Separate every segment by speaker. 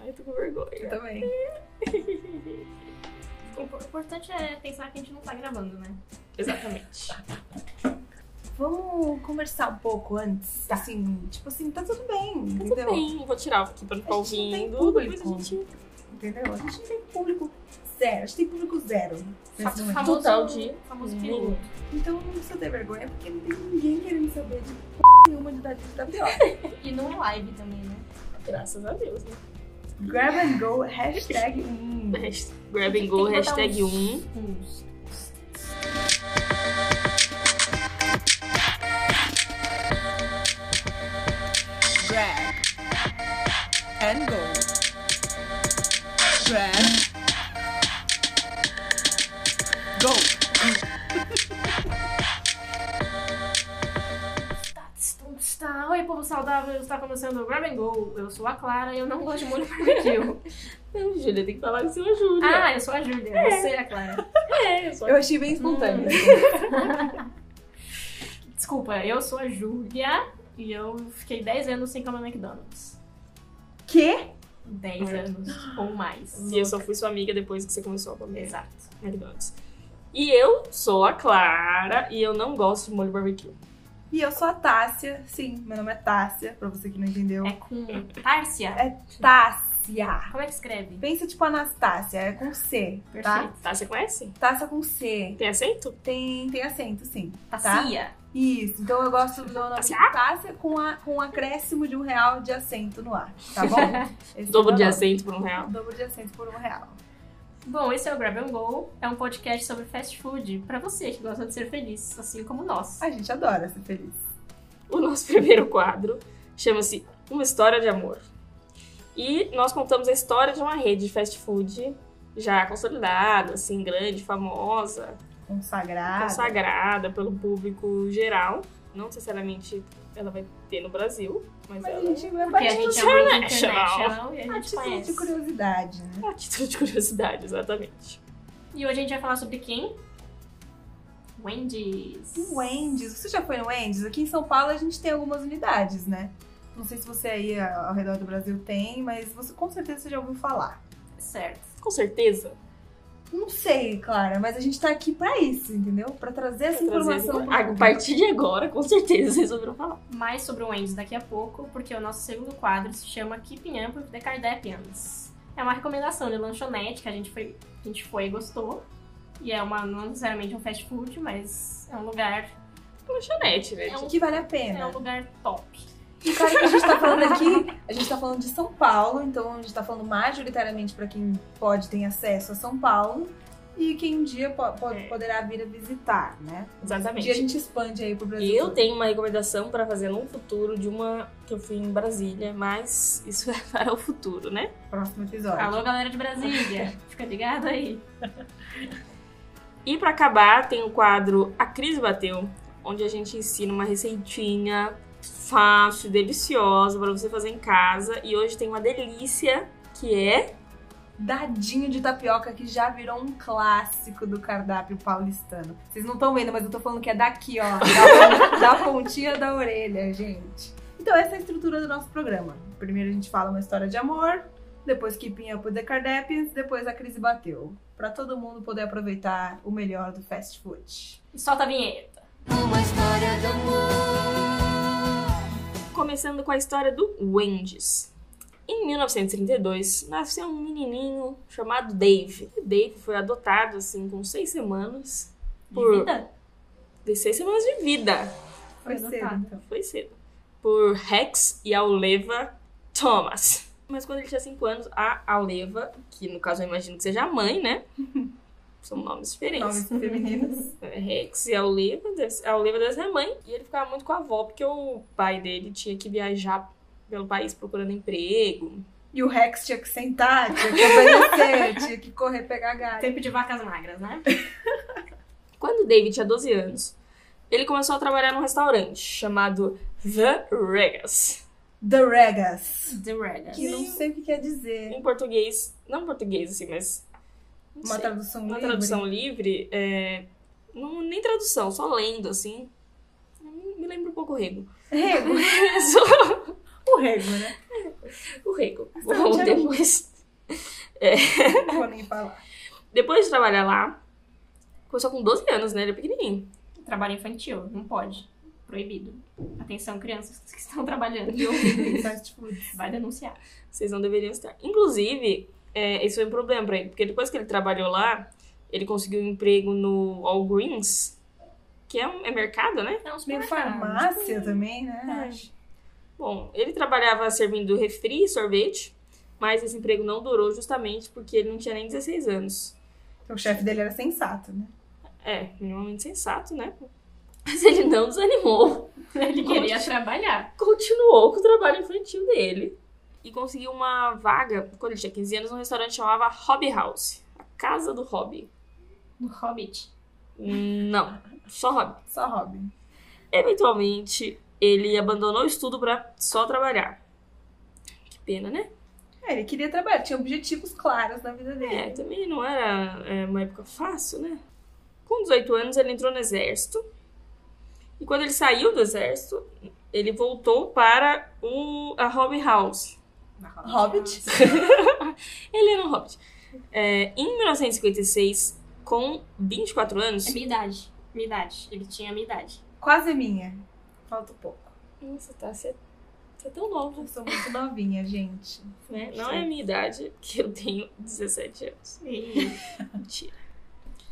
Speaker 1: Ai, tô com vergonha.
Speaker 2: Eu também.
Speaker 3: O importante é pensar que a gente não tá gravando, né?
Speaker 1: Exatamente.
Speaker 2: Vamos conversar um pouco antes. Assim, tipo assim, tá tudo bem,
Speaker 1: Tudo
Speaker 2: entendeu?
Speaker 1: bem, vou tirar aqui pra não ficar
Speaker 2: Então, A gente não tem
Speaker 1: ouvindo.
Speaker 2: público.
Speaker 1: Depois a gente
Speaker 2: Entendeu? A gente não tem público zero. A gente tem público zero. nesse
Speaker 1: Fa-
Speaker 2: momento.
Speaker 1: famoso- Total de-
Speaker 3: Famoso
Speaker 1: Hum.
Speaker 3: piloto.
Speaker 2: Então não precisa ter vergonha, porque não tem ninguém querendo saber de p nenhuma de idade da pior.
Speaker 3: E não é live também, né?
Speaker 1: Graças a Deus, né?
Speaker 2: Grab and go, hashtag hum.
Speaker 1: Hasht- Grab
Speaker 3: Tem
Speaker 1: and
Speaker 3: que
Speaker 1: go,
Speaker 3: botar
Speaker 1: hashtag
Speaker 3: uns-
Speaker 1: 1.
Speaker 3: Uns.
Speaker 2: Grab and go. Grab. Go.
Speaker 3: Tats, tats, tá. Oi, povo saudável, está começando o Grab and Go. Eu sou a Clara e eu não gosto de molho barbecue.
Speaker 1: Não, Júlia, tem que falar que você é a Júlia.
Speaker 3: ah, eu sou a Júlia, você é a Clara.
Speaker 1: é, eu sou
Speaker 2: Eu achei bem espontâneo.
Speaker 1: Hum.
Speaker 3: Desculpa, eu sou a Júlia e eu fiquei 10 anos sem comer McDonald's.
Speaker 2: Que?
Speaker 3: 10 anos ou mais.
Speaker 1: E eu só fui sua amiga depois que você começou a comer
Speaker 3: Exato.
Speaker 1: McDonald's. E eu sou a Clara e eu não gosto de molho barbecue.
Speaker 2: E eu sou a Tássia. Sim, meu nome é Tássia, pra você que não entendeu.
Speaker 3: É com Tárcia.
Speaker 2: Tássia.
Speaker 3: Como é que escreve?
Speaker 2: Pensa tipo Anastácia, é com C, tá?
Speaker 3: Perfeito.
Speaker 1: Tá, você conhece?
Speaker 2: Tássia com C.
Speaker 1: Tem acento?
Speaker 2: Tem, tem acento, sim. tá?
Speaker 3: Tássia.
Speaker 2: Isso, então eu gosto do nome de Tássia com, a, com um acréscimo de um real de acento no ar, tá bom? Esse
Speaker 1: Dobro
Speaker 2: é o
Speaker 1: de
Speaker 2: meu
Speaker 1: acento por um
Speaker 2: nome.
Speaker 1: real.
Speaker 2: Dobro de acento por um real.
Speaker 3: Bom, esse é o Grab and Go. É um podcast sobre fast food pra você que gosta de ser feliz, assim como nós.
Speaker 2: A gente adora ser feliz.
Speaker 1: O nosso primeiro quadro chama-se Uma História de Amor. E nós contamos a história de uma rede de fast food já consolidada, assim, grande, famosa,
Speaker 2: Consagrada.
Speaker 1: consagrada pelo público geral. Não necessariamente ela vai ter no Brasil, mas,
Speaker 2: Mas a
Speaker 1: ela
Speaker 2: gente vai
Speaker 3: Porque a
Speaker 2: bater
Speaker 3: gente é
Speaker 1: International.
Speaker 3: muito international e a gente
Speaker 2: a título de
Speaker 3: conhece.
Speaker 2: curiosidade, né?
Speaker 1: é a título de curiosidade, exatamente.
Speaker 3: E hoje a gente vai falar sobre quem? Wendy's.
Speaker 2: E o Wendy's, você já foi no Wendy's? Aqui em São Paulo a gente tem algumas unidades, né? Não sei se você aí a- ao redor do Brasil tem, mas você com certeza você já ouviu falar.
Speaker 3: Certo.
Speaker 1: Com certeza.
Speaker 2: Não sei, Clara, mas a gente tá aqui pra isso, entendeu? Pra trazer essa
Speaker 1: trazer
Speaker 2: informação.
Speaker 1: agora.
Speaker 2: pro
Speaker 1: A
Speaker 2: público.
Speaker 1: partir de agora, com certeza, vocês ouviram falar.
Speaker 3: Mais sobre o Wendy's daqui a pouco, porque o nosso segundo quadro se chama Keeping Up with the Kardashians. É uma recomendação de lanchonete que a gente foi, a gente foi e gostou. E é uma, não necessariamente um fast food, mas é um lugar,
Speaker 1: Lanchonete, né?
Speaker 3: É um-
Speaker 1: gente?
Speaker 2: que vale a
Speaker 3: é
Speaker 2: pena.
Speaker 3: um lugar top.
Speaker 2: E claro que a gente tá falando aqui, a gente tá falando de São Paulo, então a gente tá falando majoritariamente pra quem pode tem acesso a São Paulo e quem um dia po- po-
Speaker 1: É.
Speaker 2: poderá vir a visitar, né? Um dia a
Speaker 1: Exatamente.
Speaker 2: gente expande aí pro Brasil.
Speaker 1: E eu tenho uma recomendação pra fazer num futuro de uma que eu fui em Brasília, mas isso é para o futuro, né?
Speaker 2: Próximo episódio.
Speaker 3: Alô, galera de Brasília! Fica ligado aí.
Speaker 1: E pra acabar, tem o quadro A Crise Bateu, onde a gente ensina uma receitinha fácil, deliciosa pra você fazer em casa. E hoje tem uma delícia que é
Speaker 2: dadinho de tapioca que já virou um clássico do cardápio paulistano. Vocês não estão vendo, mas eu tô falando que é daqui, ó, da, pon- da pontinha da orelha, gente. Então essa é a estrutura do nosso programa. Primeiro a gente fala uma história de amor, depois Keeping Up with the Kardashians, depois a crise bateu. Pra todo mundo poder aproveitar o melhor do fast food.
Speaker 3: E solta a vinheta.
Speaker 1: começando com a história do Wendy's. Em 1932, nasceu um menininho chamado Dave. O Dave foi adotado assim com seis semanas,
Speaker 3: De
Speaker 1: Por-
Speaker 3: vida?
Speaker 1: de seis semanas de vida.
Speaker 2: Foi
Speaker 3: Foi
Speaker 2: cedo,
Speaker 3: adotado.
Speaker 2: então.
Speaker 1: Foi cedo. Por Rex e Auleva Thomas. Mas quando ele tinha 5 anos, a Auleva, que no caso eu imagino que seja a mãe, né? São nomes
Speaker 2: Nomes
Speaker 1: diferentes. É,
Speaker 2: femininos.
Speaker 1: Rex e Auleva, deve ser- a Auleva deve ser a mãe. E ele ficava muito com a avó, porque o pai dele tinha que viajar pelo país procurando emprego.
Speaker 2: E o Rex tinha que sentar, tinha que obedecer, tinha que correr pegar galho.
Speaker 3: Tempo de vacas magras, né?
Speaker 1: Quando David tinha 12 anos, ele começou a trabalhar num restaurante chamado The Regas.
Speaker 2: The Regas.
Speaker 3: The Regas.
Speaker 2: Que não sei o que quer dizer.
Speaker 1: Em português, não em português assim, mas. não
Speaker 2: Uma
Speaker 1: sei.
Speaker 2: tradução
Speaker 1: Uma
Speaker 2: livre.
Speaker 1: tradução livre, é, não, nem tradução, só lendo, assim.
Speaker 2: né?
Speaker 1: Me lembra um pouco o Rego.
Speaker 2: Rego.
Speaker 1: Só-
Speaker 2: O rego, né?
Speaker 1: o rico.
Speaker 2: Saúde,
Speaker 1: Ou
Speaker 2: amiga.
Speaker 1: depois.
Speaker 2: Não vou nem falar.
Speaker 1: Depois de trabalhar lá, começou com 12 anos, né? Ele é pequenininho.
Speaker 3: Trabalho infantil, não pode. Proibido. Atenção, crianças que estão trabalhando.
Speaker 2: E eu fiquei fast food.
Speaker 3: Vai denunciar.
Speaker 1: Vocês não deveriam estar. Inclusive, é, isso foi um problema pra ele, porque depois que ele trabalhou lá, ele conseguiu um emprego no All Greens, que é, um, é mercado, né?
Speaker 3: É um
Speaker 2: Meio
Speaker 3: supermercado.
Speaker 2: farmácia também, né? Acho.
Speaker 1: Bom, ele trabalhava servindo refri e sorvete, mas esse emprego não durou justamente porque ele não tinha nem 16 anos.
Speaker 2: Então, o chefe dele era sensato, né?
Speaker 1: É, minimamente sensato, né? Mas ele não desanimou,
Speaker 3: Ele queria trabalhar.
Speaker 1: continuou com o trabalho infantil dele e conseguiu uma vaga, quando ele tinha 15 anos, num restaurante que chamava Hobby House a casa do hobby.
Speaker 3: No Hobbit.
Speaker 1: Não, só hobby.
Speaker 2: Só Robin.
Speaker 1: Eventualmente, ele abandonou o estudo pra só trabalhar. Que pena, né?
Speaker 2: É, ele queria trabalhar, tinha objetivos claros na vida dele.
Speaker 1: É, também não era é, uma época fácil, né? Com 18 anos, ele entrou no exército. E quando ele saiu do exército, ele voltou para o, a Hobby House.
Speaker 2: Hobbit?
Speaker 1: Ele era um hobbit. É, em 1956, com 24 anos...
Speaker 3: É minha idade. Minha idade. Ele tinha minha idade.
Speaker 2: Quase minha. Falta um pouco.
Speaker 1: Nossa, tá, você é tão novo,
Speaker 2: Eu sou muito novinha, gente.
Speaker 1: né? Não é a minha idade, que eu tenho 17 anos.
Speaker 3: E-
Speaker 1: Mentira.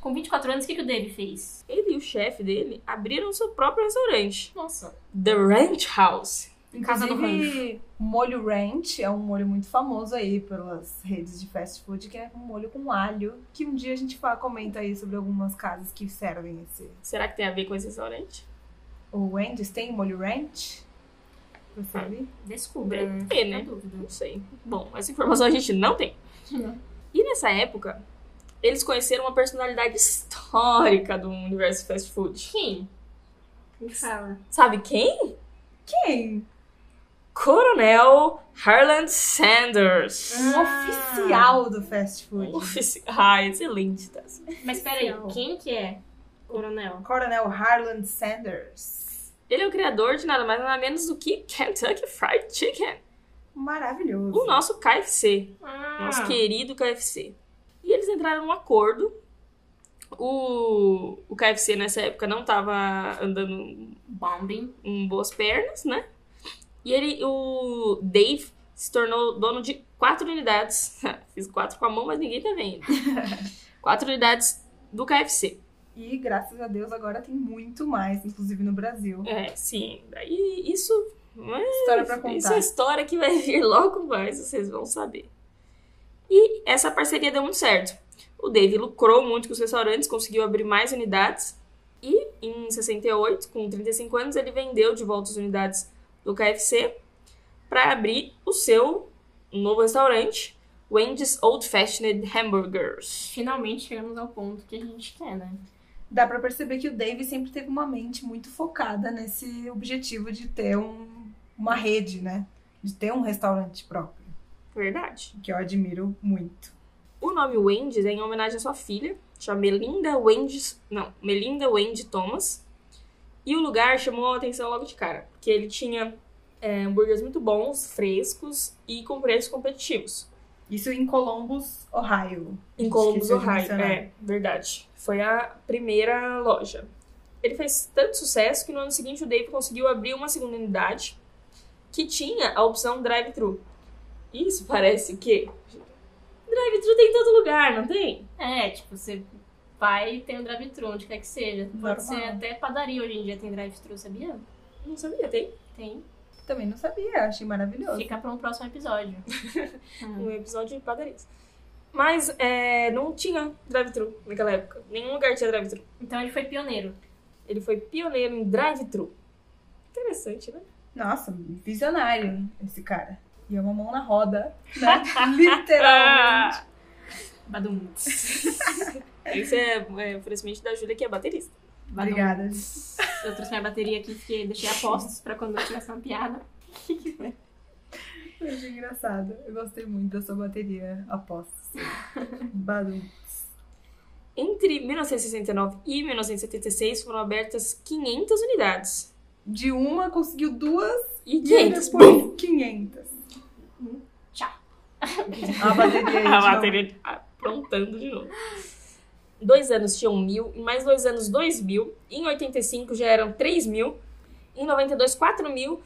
Speaker 3: Com 24 anos, o que, que o Dave fez?
Speaker 1: Ele e o chefe dele abriram seu próprio restaurante,
Speaker 3: Nossa.
Speaker 1: The Ranch House.
Speaker 2: Inclusive,
Speaker 3: Casa do
Speaker 2: molho ranch é um molho muito famoso aí pelas redes de fast food, que é um molho com alho. Que um dia a gente fala, comenta aí sobre algumas casas que servem esse.
Speaker 1: Será que tem a ver com esse restaurante?
Speaker 2: O Wendy's tem molho ranch? Você sabe?
Speaker 3: Descubra. né?
Speaker 1: Tem,
Speaker 3: Na
Speaker 1: né?
Speaker 3: dúvida.
Speaker 1: Não sei. Bom, essa informação a gente não tem.
Speaker 3: Não.
Speaker 1: E nessa época, eles conheceram uma personalidade histórica do universo fast food.
Speaker 3: Quem? Me fala.
Speaker 1: Sabe quem?
Speaker 2: Quem?
Speaker 1: Coronel Harland Sanders.
Speaker 2: Um
Speaker 3: Hum.
Speaker 2: oficial do fast food.
Speaker 1: Ofici- Ah, excelente, tá?
Speaker 3: Mas peraí,
Speaker 2: Não.
Speaker 3: quem que é? Coronel.
Speaker 2: Coronel Harlan né, Sanders.
Speaker 1: Ele é o criador de nada mais nada menos do que Kentucky Fried Chicken,
Speaker 2: Maravilhoso.
Speaker 1: o nosso KFC.
Speaker 3: Ah,
Speaker 1: Nosso querido KFC. E eles entraram num acordo. O, o KFC nessa época não tava andando
Speaker 3: Bombing.
Speaker 1: em um boas pernas, né? E ele, o Dave se tornou dono de quatro unidades. Fiz quatro com a mão, mas ninguém tá vendo. quatro unidades do KFC.
Speaker 2: E graças a Deus agora tem muito mais, inclusive no Brasil.
Speaker 1: É, sim. Daí isso. né?
Speaker 2: História pra contar.
Speaker 1: Isso é história que vai vir logo mais, vocês vão saber. E essa parceria deu muito certo. O Dave lucrou muito com os restaurantes, conseguiu abrir mais unidades. E em 68, com 35 anos, ele vendeu de volta as unidades do KFC para abrir o seu novo restaurante, Wendy's Old Fashioned Hamburgers.
Speaker 3: Finalmente chegamos ao ponto que a gente quer, né?
Speaker 2: Dá pra perceber que o Dave sempre teve uma mente muito focada nesse objetivo de ter um- uma rede, né? De ter um restaurante próprio,
Speaker 1: Verdade.
Speaker 2: que eu admiro muito.
Speaker 1: O nome Wendy é em homenagem à sua filha, chama Melinda Wendy. Não, Melinda Wendy Thomas. E o lugar chamou a atenção logo de cara, porque ele tinha é, hambúrgueres muito bons, frescos e com preços competitivos.
Speaker 2: Isso em Columbus, Ohio.
Speaker 1: Em Columbus,
Speaker 2: Esqueceu de
Speaker 1: Ohio.
Speaker 2: mencionar.
Speaker 1: É, verdade. Foi a primeira loja. Ele fez tanto sucesso que no ano seguinte o Dave conseguiu abrir uma segunda unidade que tinha a opção drive-thru. Isso parece que. Drive-thru tem em todo lugar, não tem?
Speaker 3: É, tipo, você vai e tem um drive-thru, onde quer que seja. Pode
Speaker 2: Normal.
Speaker 3: ser até padaria hoje em dia tem drive-thru, sabia?
Speaker 1: Não sabia, tem
Speaker 3: Tem.
Speaker 2: Também não sabia, achei maravilhoso.
Speaker 3: Fica pra um próximo episódio. Hum.
Speaker 1: um episódio de padarias. Mas é, não tinha drive-thru naquela época. Nenhum lugar tinha drive-thru.
Speaker 3: Então ele foi pioneiro.
Speaker 1: Ele foi pioneiro em drive-thru. Interessante, né?
Speaker 2: Nossa, visionário esse cara. E é uma mão na roda, né? Literalmente.
Speaker 3: Badum.
Speaker 1: Isso é, é oferecimento da Júlia, que é baterista.
Speaker 3: Badum.
Speaker 2: Obrigada.
Speaker 3: Eu trouxe minha bateria aqui, porque deixei a postos pra quando eu tivesse uma piada.
Speaker 2: Eu achei engraçado. Eu gostei muito da sua bateria, aposto. Barulho.
Speaker 1: Entre 1969 e 1976 foram abertas 500 unidades.
Speaker 2: De uma conseguiu duas
Speaker 1: E
Speaker 2: e aí
Speaker 1: 500,
Speaker 2: depois 500. A bateria.
Speaker 1: Hum, A bateria aprontando de novo. Dois anos tinham mil, em mais dois anos, dois mil. Em 85 já eram três mil. Em 92, quatro mil.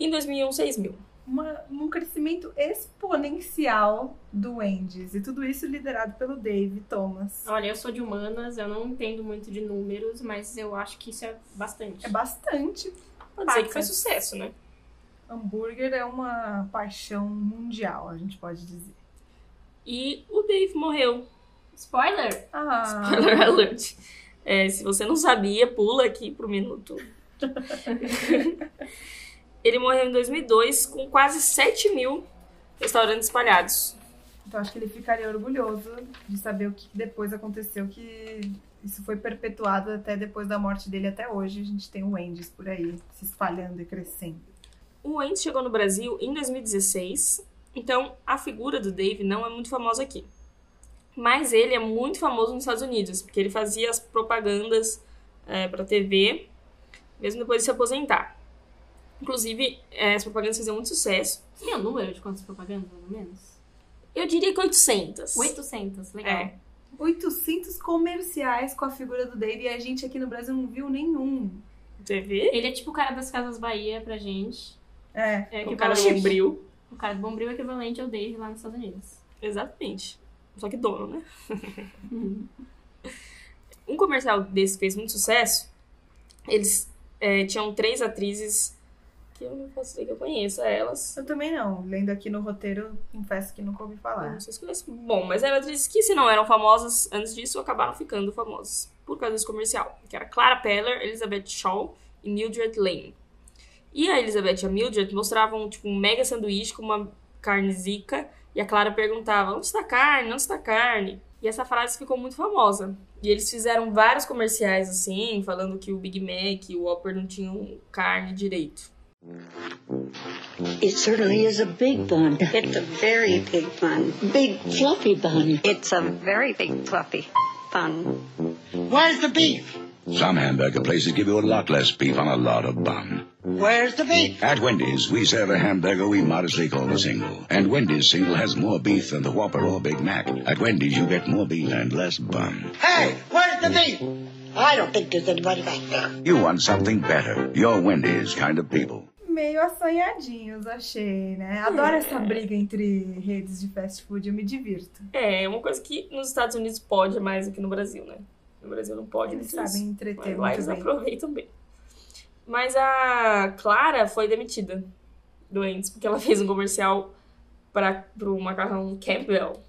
Speaker 1: Em 2001, seis mil.
Speaker 2: Uma- um crescimento exponencial do Wendy's. E tudo isso liderado pelo Dave Thomas.
Speaker 3: Olha, eu sou de humanas, eu não entendo muito de números, mas eu acho que isso é bastante.
Speaker 2: É bastante.
Speaker 1: Pode dizer que
Speaker 2: Paca.
Speaker 1: foi sucesso, né?
Speaker 2: Hambúrguer é uma paixão mundial, a gente pode dizer.
Speaker 1: E o Dave morreu.
Speaker 3: Spoiler!
Speaker 2: Ah,
Speaker 1: Spoiler alert. É, se você não sabia, pula aqui pro minuto. Ele morreu em 2002 com quase 7 mil restaurantes espalhados.
Speaker 2: então acho que ele ficaria orgulhoso de saber o que depois aconteceu, que isso foi perpetuado até depois da morte dele até hoje. A gente tem o Wendy's por aí se espalhando e crescendo.
Speaker 1: O Wentz chegou no Brasil em 2016, então a figura do Dave não é muito famosa aqui. Mas ele é muito famoso nos Estados Unidos, porque ele fazia as propagandas é, para TV, mesmo depois de se aposentar. Inclusive, é, as propagandas faziam muito sucesso.
Speaker 3: Você tem é o número de quantas propagandas, pelo menos?
Speaker 1: Eu diria que 800.
Speaker 3: 800, legal.
Speaker 1: É.
Speaker 2: 800 comerciais com a figura do Dave e a gente aqui no Brasil não viu nenhum.
Speaker 1: TV?
Speaker 3: Ele é tipo o cara das Casas Bahia pra gente.
Speaker 2: É,
Speaker 3: É
Speaker 1: o Um cara
Speaker 3: equivalente-
Speaker 1: sombrio.
Speaker 3: O cara do Bombril é equivalente ao Dave lá nos Estados Unidos.
Speaker 1: Exatamente. Só que dono, né?
Speaker 3: Uhum.
Speaker 1: Um comercial desse fez muito sucesso. Eles eh, tinham três atrizes que eu não posso dizer que eu conheço elas.
Speaker 2: eu também não. Lendo aqui no roteiro, confesso que nunca ouvi
Speaker 1: Eu
Speaker 2: falar.
Speaker 1: Não sei se conheço. Bom, mas eram atrizes que, se não eram famosas antes disso, acabaram ficando famosas por causa desse comercial. Que era Clara Peller, Elizabeth Shaw e Mildred Lane. E a Elizabeth e a Mildred mostravam tipo, um mega sanduíche com uma carne zica. E a Clara perguntava: onde está a carne? Onde está a carne? E essa frase ficou muito famosa. E eles fizeram vários comerciais assim, falando que o Big Mac e o Whopper não tinham carne direito.
Speaker 4: It certainly is a big bun.
Speaker 5: It's a very big bun.
Speaker 4: Big fluffy bun.
Speaker 5: It's a very big fluffy bun.
Speaker 4: Where's the beef?
Speaker 6: Some hamburger places give you a lot less beef on a lot of bun.
Speaker 4: Where's the beef?
Speaker 6: At Wendy's, we serve a hamburger we modestly call a single. And Wendy's single has more beef than the Whopper or Big Mac. At Wendy's, you get more beef and less bun.
Speaker 4: Hey, where's the beef? I don't think there's anybody back there.
Speaker 6: You want something better. You're Wendy's kind of people.
Speaker 2: Meio assanhadinhos, achei, né? Adoro essa briga entre redes de fast food, eu me divirto.
Speaker 1: É uma coisa que nos Estados Unidos pode mais do que no Brasil, né? No Brasil não pode.
Speaker 2: Eles
Speaker 1: muito isso.
Speaker 2: sabem
Speaker 1: Mas
Speaker 2: entreter
Speaker 1: lá eles
Speaker 2: muito bem.
Speaker 1: aproveitam bem. Mas a Clara foi demitida do Ends, porque ela fez um comercial para pro macarrão Campbell,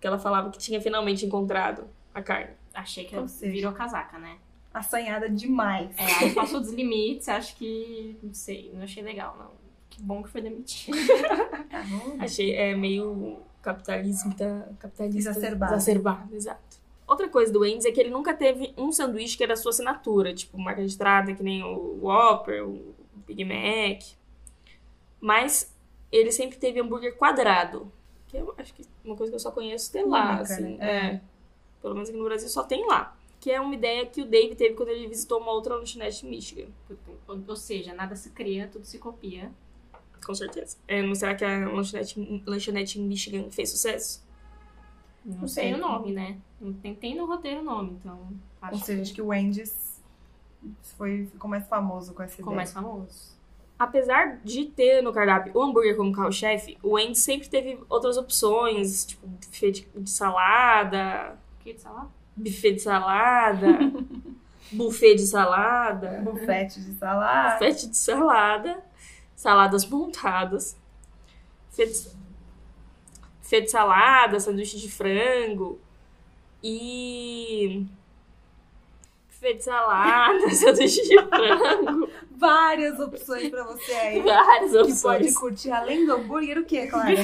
Speaker 1: que ela falava que tinha finalmente encontrado a carne.
Speaker 3: Achei que
Speaker 2: Ou
Speaker 3: ela
Speaker 2: seja-
Speaker 3: virou casaca, né?
Speaker 2: Assanhada demais.
Speaker 3: É, aí passou dos limites, acho que. Não sei, não achei legal, não. Que bom que foi demitido.
Speaker 2: Caramba.
Speaker 1: Achei é meio capitalismo tá, capitalista
Speaker 2: Exacerbado.
Speaker 1: exacerbado, exato. Outra coisa do Wendy's é que ele nunca teve um sanduíche que era a sua assinatura, tipo marca registrada, que nem o Whopper, o Big Mac. Mas ele sempre teve hambúrguer quadrado, que eu acho que é uma coisa que eu só conheço de lá,
Speaker 2: Única,
Speaker 1: assim. É.
Speaker 2: né?
Speaker 1: Pelo menos aqui no Brasil só tem lá. Que é uma ideia que o Dave teve quando ele visitou uma outra lanchonete em Michigan.
Speaker 3: Ou- Ou seja, nada se cria, tudo se copia.
Speaker 1: Com certeza. É, mas será que a lanchonete, lanchonete em Michigan fez sucesso?
Speaker 3: Não,
Speaker 2: Não
Speaker 3: sei
Speaker 2: sei.
Speaker 3: o nome, né? Não tem, tem no roteiro o nome, então
Speaker 2: Ou
Speaker 3: acho
Speaker 2: seja, acho que o Wendy's foi, ficou mais famoso com essa
Speaker 3: ficou
Speaker 2: ideia.
Speaker 3: mais famoso.
Speaker 1: Apesar de ter no cardápio o hambúrguer como carro-chefe, o Andy sempre teve outras opções, tipo buffet de, de salada,
Speaker 3: O que sei lá?
Speaker 1: buffet de salada, buffet de salada,
Speaker 2: Bufete de salada.
Speaker 1: buffet de salada, saladas montadas, buffet de, buffet de salada, sanduíche de frango e. buffet de salada, sanduíche de frango,
Speaker 2: Várias opções pra você aí.
Speaker 1: várias
Speaker 2: que pode
Speaker 1: opções.
Speaker 2: curtir além do hambúrguer o que, Clara?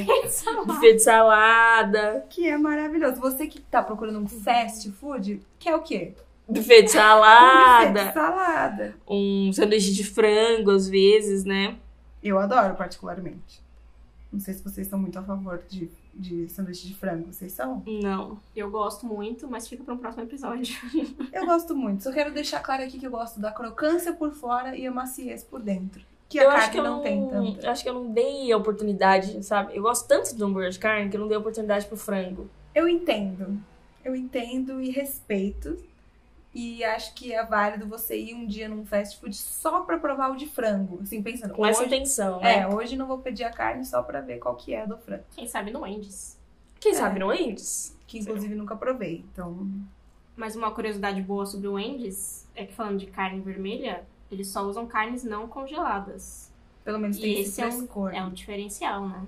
Speaker 1: Buffet de salada.
Speaker 2: que é maravilhoso. Você que tá procurando um fast food, quer o quê?
Speaker 1: Buffet de
Speaker 2: Um buffet de
Speaker 1: salada,
Speaker 2: salada.
Speaker 1: um sanduíche de frango às vezes, né?
Speaker 2: Eu adoro, particularmente. Não sei se vocês são muito a favor de, de sanduíche de frango. Vocês são?
Speaker 1: Não.
Speaker 3: Eu gosto muito, mas fica pra um próximo episódio.
Speaker 2: Eu gosto muito. Só quero deixar claro aqui que eu gosto da crocância por fora e a maciez por dentro. que a
Speaker 1: eu
Speaker 2: carne
Speaker 1: acho que eu
Speaker 2: não, tem tanto.
Speaker 1: Eu acho que eu não dei a oportunidade, sabe? Eu gosto tanto do hambúrguer de carne que eu não dei a oportunidade pro frango.
Speaker 2: Eu entendo. Eu entendo e respeito. E acho que é válido você ir um dia num fast food só pra provar o de frango. Assim, pensando.
Speaker 1: Com essa
Speaker 2: hoje,
Speaker 1: intenção, né?
Speaker 2: é, hoje não vou pedir a carne só pra ver qual que é do frango.
Speaker 3: Quem sabe no Andes.
Speaker 2: é.
Speaker 1: Quem sabe não é Andes?
Speaker 2: Que inclusive nunca provei. Então,
Speaker 3: Mas uma curiosidade boa sobre o Andes é que falando de carne vermelha, eles só usam carnes não congeladas.
Speaker 2: pelo menos
Speaker 3: E
Speaker 2: tem
Speaker 3: esse
Speaker 2: esse
Speaker 3: é um-
Speaker 2: frescor.
Speaker 3: É um diferencial, né?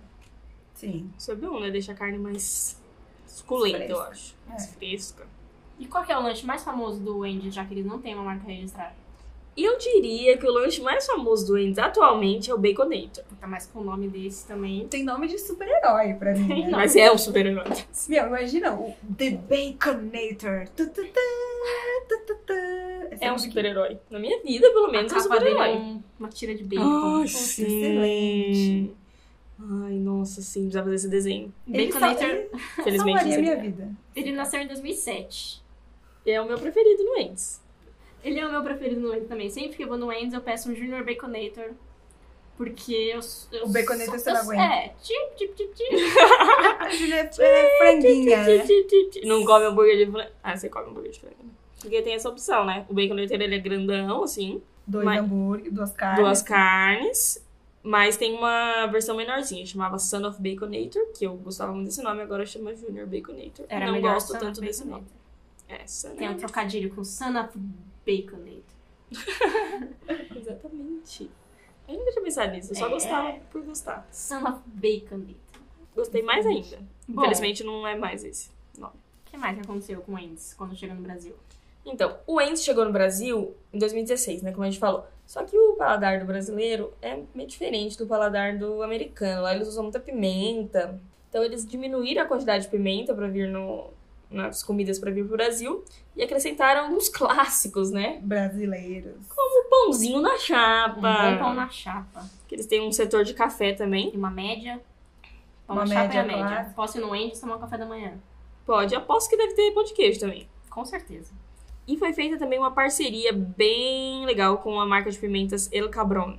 Speaker 2: Sim.
Speaker 1: Isso é bom, né? Deixa a carne mais suculenta, eu
Speaker 2: Fresca.
Speaker 1: acho.
Speaker 2: É.
Speaker 1: Mais fresca.
Speaker 3: E qual que é o lanche mais famoso do Andes, já que eles não têm uma marca registrada?
Speaker 1: E eu diria que o lanche mais famoso do Andes atualmente é o Baconator.
Speaker 3: Ainda mais com o nome desse também.
Speaker 2: Tem nome de super-herói pra mim. Né?
Speaker 1: Mas é um super-herói.
Speaker 2: Meu, imagina o The Baconator. Tu, tu, tu, tu, tu, tu. Essa
Speaker 1: É um
Speaker 2: música-
Speaker 1: super-herói. Na minha vida, pelo menos,
Speaker 3: a
Speaker 1: é um
Speaker 3: capa dele é
Speaker 1: super-herói.
Speaker 3: um- uma tira de
Speaker 1: Ah,
Speaker 3: bacon.
Speaker 1: sim.
Speaker 2: excelente.
Speaker 1: Ai, nossa, sim, precisava fazer esse desenho.
Speaker 2: Ele
Speaker 3: Baconator,
Speaker 2: sal-
Speaker 3: ele,
Speaker 2: ele
Speaker 1: Felizmente,
Speaker 2: salvaria a
Speaker 1: esse
Speaker 2: minha vida.
Speaker 3: nasceu em 2007.
Speaker 1: é o é meu preferido no Ends.
Speaker 3: Ele é o meu preferido no Andes também. Sempre que eu vou no Andes, eu peço um Junior Baconator. Porque eu... eu
Speaker 2: O Baconator você
Speaker 3: eu-
Speaker 2: não aguenta.
Speaker 3: É, tip, tip, tip, tip.
Speaker 2: A Júlia é- é franguinha, né?
Speaker 1: Não come hambúrguer de frango. Ah, você come hambúrguer de frango. Porque tem essa opção, né? O bacon leiteiro ele é grandão, assim,
Speaker 2: Dois
Speaker 1: Mas-
Speaker 2: hambúrguer, duas carnes.
Speaker 1: duas carnes. Mas tem uma versão menorzinha, chamava Son of Baconator, que eu gostava muito desse nome, agora chama Junior Baconator.
Speaker 3: Era
Speaker 1: Não
Speaker 3: melhor
Speaker 1: gosto
Speaker 3: Son of
Speaker 1: tanto desse
Speaker 3: Baconator.
Speaker 1: nome. Essa, né?
Speaker 3: Tem um trocadilho com Son of Baconator.
Speaker 1: Exatamente. Eu nunca tinha pensado nisso, eu só
Speaker 3: É.
Speaker 1: gostava por gostar.
Speaker 3: Son of Baconator.
Speaker 1: Gostei mais ainda.
Speaker 3: Bom,
Speaker 1: Infelizmente não é mais esse.
Speaker 3: o que mais que aconteceu com o Andes quando chegou no Brasil?
Speaker 1: Então, o Ends chegou no Brasil em 2016, né? Como a gente falou. Só que o paladar do brasileiro é meio diferente do paladar do americano. Lá eles usam muita pimenta. Então, eles diminuíram a quantidade de pimenta para vir no, nas comidas para vir pro Brasil e acrescentaram alguns clássicos, né?
Speaker 2: Brasileiros.
Speaker 1: O pãozinho na chapa.
Speaker 3: Um bom pão na chapa.
Speaker 1: Que eles têm um setor de café também.
Speaker 3: E uma média. Pão
Speaker 2: Uma
Speaker 3: na chapa é a
Speaker 2: média,
Speaker 3: média.
Speaker 2: claro.
Speaker 3: Posso ir no Andes tomar um café da manhã.
Speaker 1: Pode, aposto que deve ter pão de queijo também.
Speaker 3: Com certeza.
Speaker 1: E foi feita também uma parceria bem legal com a marca de pimentas El Cabron.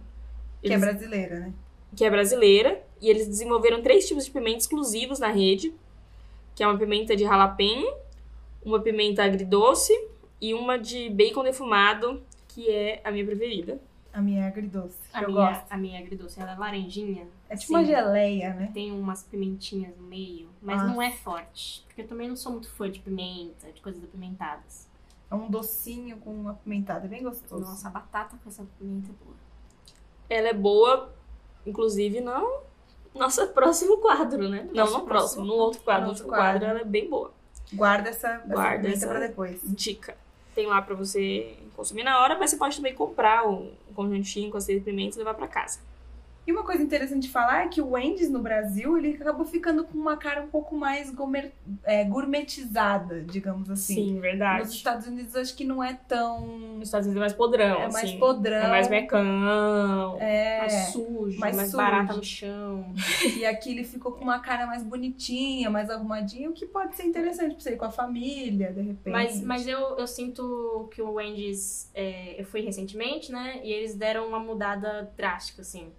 Speaker 2: Que é brasileira, né?
Speaker 1: que é brasileira, e eles desenvolveram três tipos de pimenta exclusivos na rede, que é uma pimenta de jalapeno, uma pimenta agridoce e uma de bacon defumado, que é a minha preferida.
Speaker 2: A minha é agridoce. que
Speaker 3: A
Speaker 2: eu
Speaker 3: minha,
Speaker 2: gosto.
Speaker 3: a minha agridoce, ela é laranjinha.
Speaker 2: É tipo
Speaker 3: sim.
Speaker 2: uma geleia, né?
Speaker 3: Tem umas pimentinhas no meio, mas
Speaker 2: Ah.
Speaker 3: não é forte. Porque eu também não sou muito fã de pimenta, de coisas apimentadas.
Speaker 2: É um docinho com uma pimentada. É bem gostoso.
Speaker 3: Nossa, a batata com essa pimenta é boa.
Speaker 1: Ela é boa, inclusive, no nosso próximo quadro, né? Não,
Speaker 3: Nosso
Speaker 1: no próximo, no outro quadro. No outro quadro ela é bem boa.
Speaker 2: Guarda essa,
Speaker 1: Guarda
Speaker 2: essa pimenta
Speaker 1: essa-
Speaker 2: pra depois.
Speaker 1: Dica. Tem lá pra você consumir na hora, mas você pode também comprar um conjuntinho com as três pimentas e levar pra casa.
Speaker 2: E uma coisa interessante de falar é que o Wendy's no Brasil, ele acabou ficando com uma cara um pouco mais gourmet- é, gourmetizada, digamos assim. Nos
Speaker 1: verdade.
Speaker 2: Estados Unidos, acho que não é tão...
Speaker 1: Nos Estados Unidos é mais podrão,
Speaker 2: é mais
Speaker 1: assim.
Speaker 2: podrão.
Speaker 1: É mais mecão.
Speaker 2: É.
Speaker 1: mais sujo, mais,
Speaker 2: mais sujo.
Speaker 1: barata no chão.
Speaker 2: E aqui ele ficou com uma cara mais bonitinha, mais arrumadinha, o que pode ser interessante pra você ir com a família, de repente.
Speaker 3: Mas, mas eu, eu sinto que o Wendy's, é, eu fui recentemente, né? E eles deram uma mudada drástica, assim.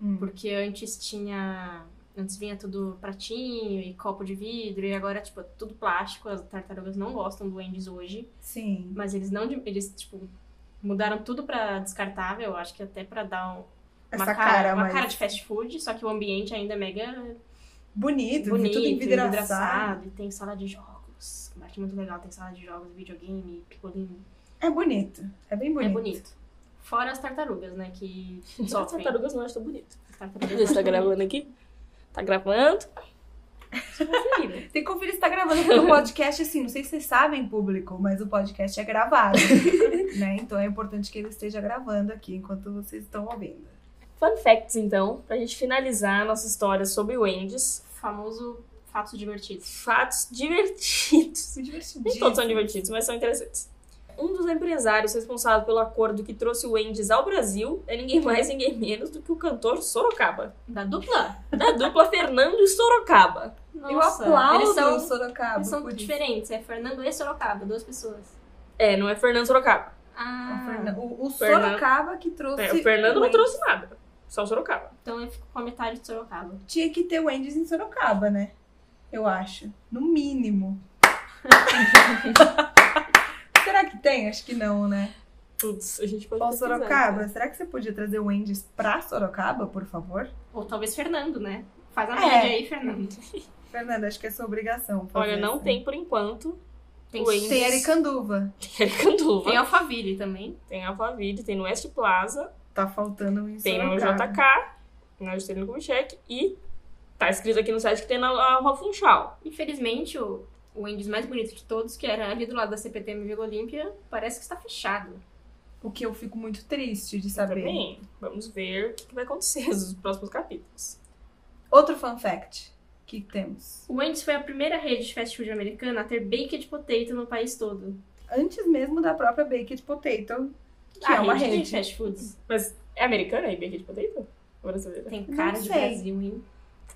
Speaker 2: Hum.
Speaker 3: Porque antes tinha. Antes vinha tudo pratinho e copo de vidro, e agora, tipo, é tudo plástico. As tartarugas não gostam do Wendy's hoje.
Speaker 2: Sim.
Speaker 3: Mas eles não. di- Eles, tipo, mudaram tudo pra descartável, acho que até pra dar um- uma,
Speaker 2: Essa cara,
Speaker 3: uma
Speaker 2: mais
Speaker 3: cara de fast food, só que o ambiente ainda é mega
Speaker 2: bonito,
Speaker 3: bonito,
Speaker 2: tudo envidraçado.
Speaker 3: envidraçado, E tem sala de jogos. Uma parte muito legal, tem sala de jogos, videogame, picolinho.
Speaker 2: É bonito. É bem bonito.
Speaker 3: É bonito. Fora as tartarugas, né? Que
Speaker 1: Só as
Speaker 3: sofrem.
Speaker 1: tartarugas não estão bonitas.
Speaker 3: As tartarugas
Speaker 1: Você tá gravando aqui? Tá gravando?
Speaker 3: preferida.
Speaker 2: Tem que conferir se tá gravando, porque o podcast, assim, não sei se vocês sabem, público, mas o podcast é gravado. né? Então é importante que ele esteja gravando aqui enquanto vocês estão ouvindo.
Speaker 1: Fun facts, então, pra gente finalizar a nossa história sobre o Wendy's.
Speaker 3: Famoso fatos divertidos.
Speaker 1: Fatos divertidos.
Speaker 2: Se divertir.
Speaker 1: Nem todos são divertidos, mas são interessantes. Um dos empresários responsável pelo acordo que trouxe o Wendy's ao Brasil é ninguém mais, ninguém menos do que o cantor Sorocaba.
Speaker 3: Da dupla?
Speaker 1: Da dupla Fernando e Sorocaba.
Speaker 3: Nossa,
Speaker 2: Eu aplaudo
Speaker 3: Eles são,
Speaker 2: o Sorocaba.
Speaker 3: eles são
Speaker 2: por isso.
Speaker 3: diferentes. É Fernando e Sorocaba, duas pessoas.
Speaker 1: É, não é Fernando Sorocaba.
Speaker 2: O
Speaker 3: Ah,
Speaker 2: Fernan- O, o
Speaker 1: Fernan-
Speaker 2: Sorocaba que trouxe.
Speaker 1: É, o Fernando não
Speaker 2: Wendy.
Speaker 1: trouxe nada. Só Sorocaba.
Speaker 3: Então eu fico com a metade de Sorocaba.
Speaker 2: Tinha que ter Wendy's em Sorocaba, né? Eu acho. No mínimo. Será que tem? Acho que não, né?
Speaker 1: Putz, a gente pode
Speaker 2: Ó,
Speaker 1: pesquisar,
Speaker 2: Sorocaba,
Speaker 1: né?
Speaker 2: será que você podia trazer o Wendy's pra Sorocaba, por favor?
Speaker 3: Ou talvez Fernando, né? Faz a
Speaker 2: É.
Speaker 3: média aí, Fernando.
Speaker 2: Fernanda, acho que é sua obrigação. fazer assim.
Speaker 1: Olha, não
Speaker 2: essa.
Speaker 1: tem por enquanto.
Speaker 3: Tem,
Speaker 1: Wendy's.
Speaker 2: Tem Aricanduva.
Speaker 1: Tem Aricanduva,
Speaker 3: tem Alphaville também.
Speaker 1: tem Alphaville, tem no West Plaza,
Speaker 2: Tá faltando um em
Speaker 1: tem no
Speaker 2: Sorocaba.
Speaker 1: JK, na Juscelino Kubitschek e tá escrito aqui no site que tem na na Rua Funchal.
Speaker 3: Infelizmente, o, o Wendy's mais bonito de todos, que era ali do lado da CPTM Vila Olímpia, parece que está fechado.
Speaker 2: O que eu fico muito triste de saber.
Speaker 1: Também. Vamos ver o que que vai acontecer nos próximos capítulos.
Speaker 2: Outro fun fact que temos.
Speaker 3: O Wendy's foi a primeira rede de fast food americana a ter baked potato no país todo.
Speaker 2: Antes mesmo da própria Baked Potato, que
Speaker 3: a
Speaker 2: é uma
Speaker 3: Ah, rede,
Speaker 2: rede.
Speaker 3: de fast foods.
Speaker 1: Mas é americana aí, Baked Potato? Agora você vê.
Speaker 3: Tem
Speaker 2: Não
Speaker 3: cara de
Speaker 2: sei.
Speaker 3: Brasil, hein?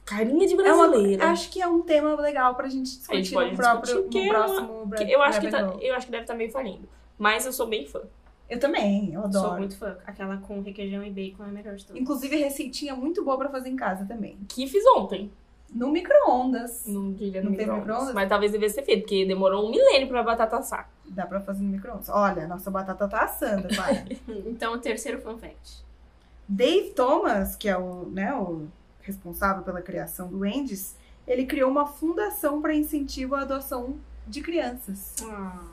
Speaker 1: Carinha de
Speaker 2: É uma-
Speaker 1: brasileira.
Speaker 2: acho que é um tema legal pra gente discutir
Speaker 1: pode
Speaker 2: no, próprio,
Speaker 1: discutir,
Speaker 2: no
Speaker 1: que
Speaker 2: próximo Bra-
Speaker 1: Que eu, acho que
Speaker 2: Rabbit
Speaker 1: tá-
Speaker 2: Hole.
Speaker 1: eu acho que deve estar meio falindo. Mas eu sou bem fã.
Speaker 2: Eu também, eu adoro.
Speaker 3: Sou muito fã. Aquela com requeijão e bacon é a melhor de todas.
Speaker 2: Inclusive, receitinha muito boa pra fazer em casa também.
Speaker 1: Que fiz ontem.
Speaker 2: No micro-ondas.
Speaker 1: Não diria no
Speaker 2: Não teve
Speaker 1: micro
Speaker 2: micro-ondas?
Speaker 1: Mas talvez devesse ter feito, porque demorou um milênio pra batata assar.
Speaker 2: Dá pra fazer no micro-ondas. Olha, nossa batata tá assando, vai.
Speaker 3: Então, o terceiro fun fact.
Speaker 2: Dave Thomas, que é o, né, o responsável pela criação do Wendy's, ele criou uma fundação pra incentivo à adoção de crianças.
Speaker 3: Ah,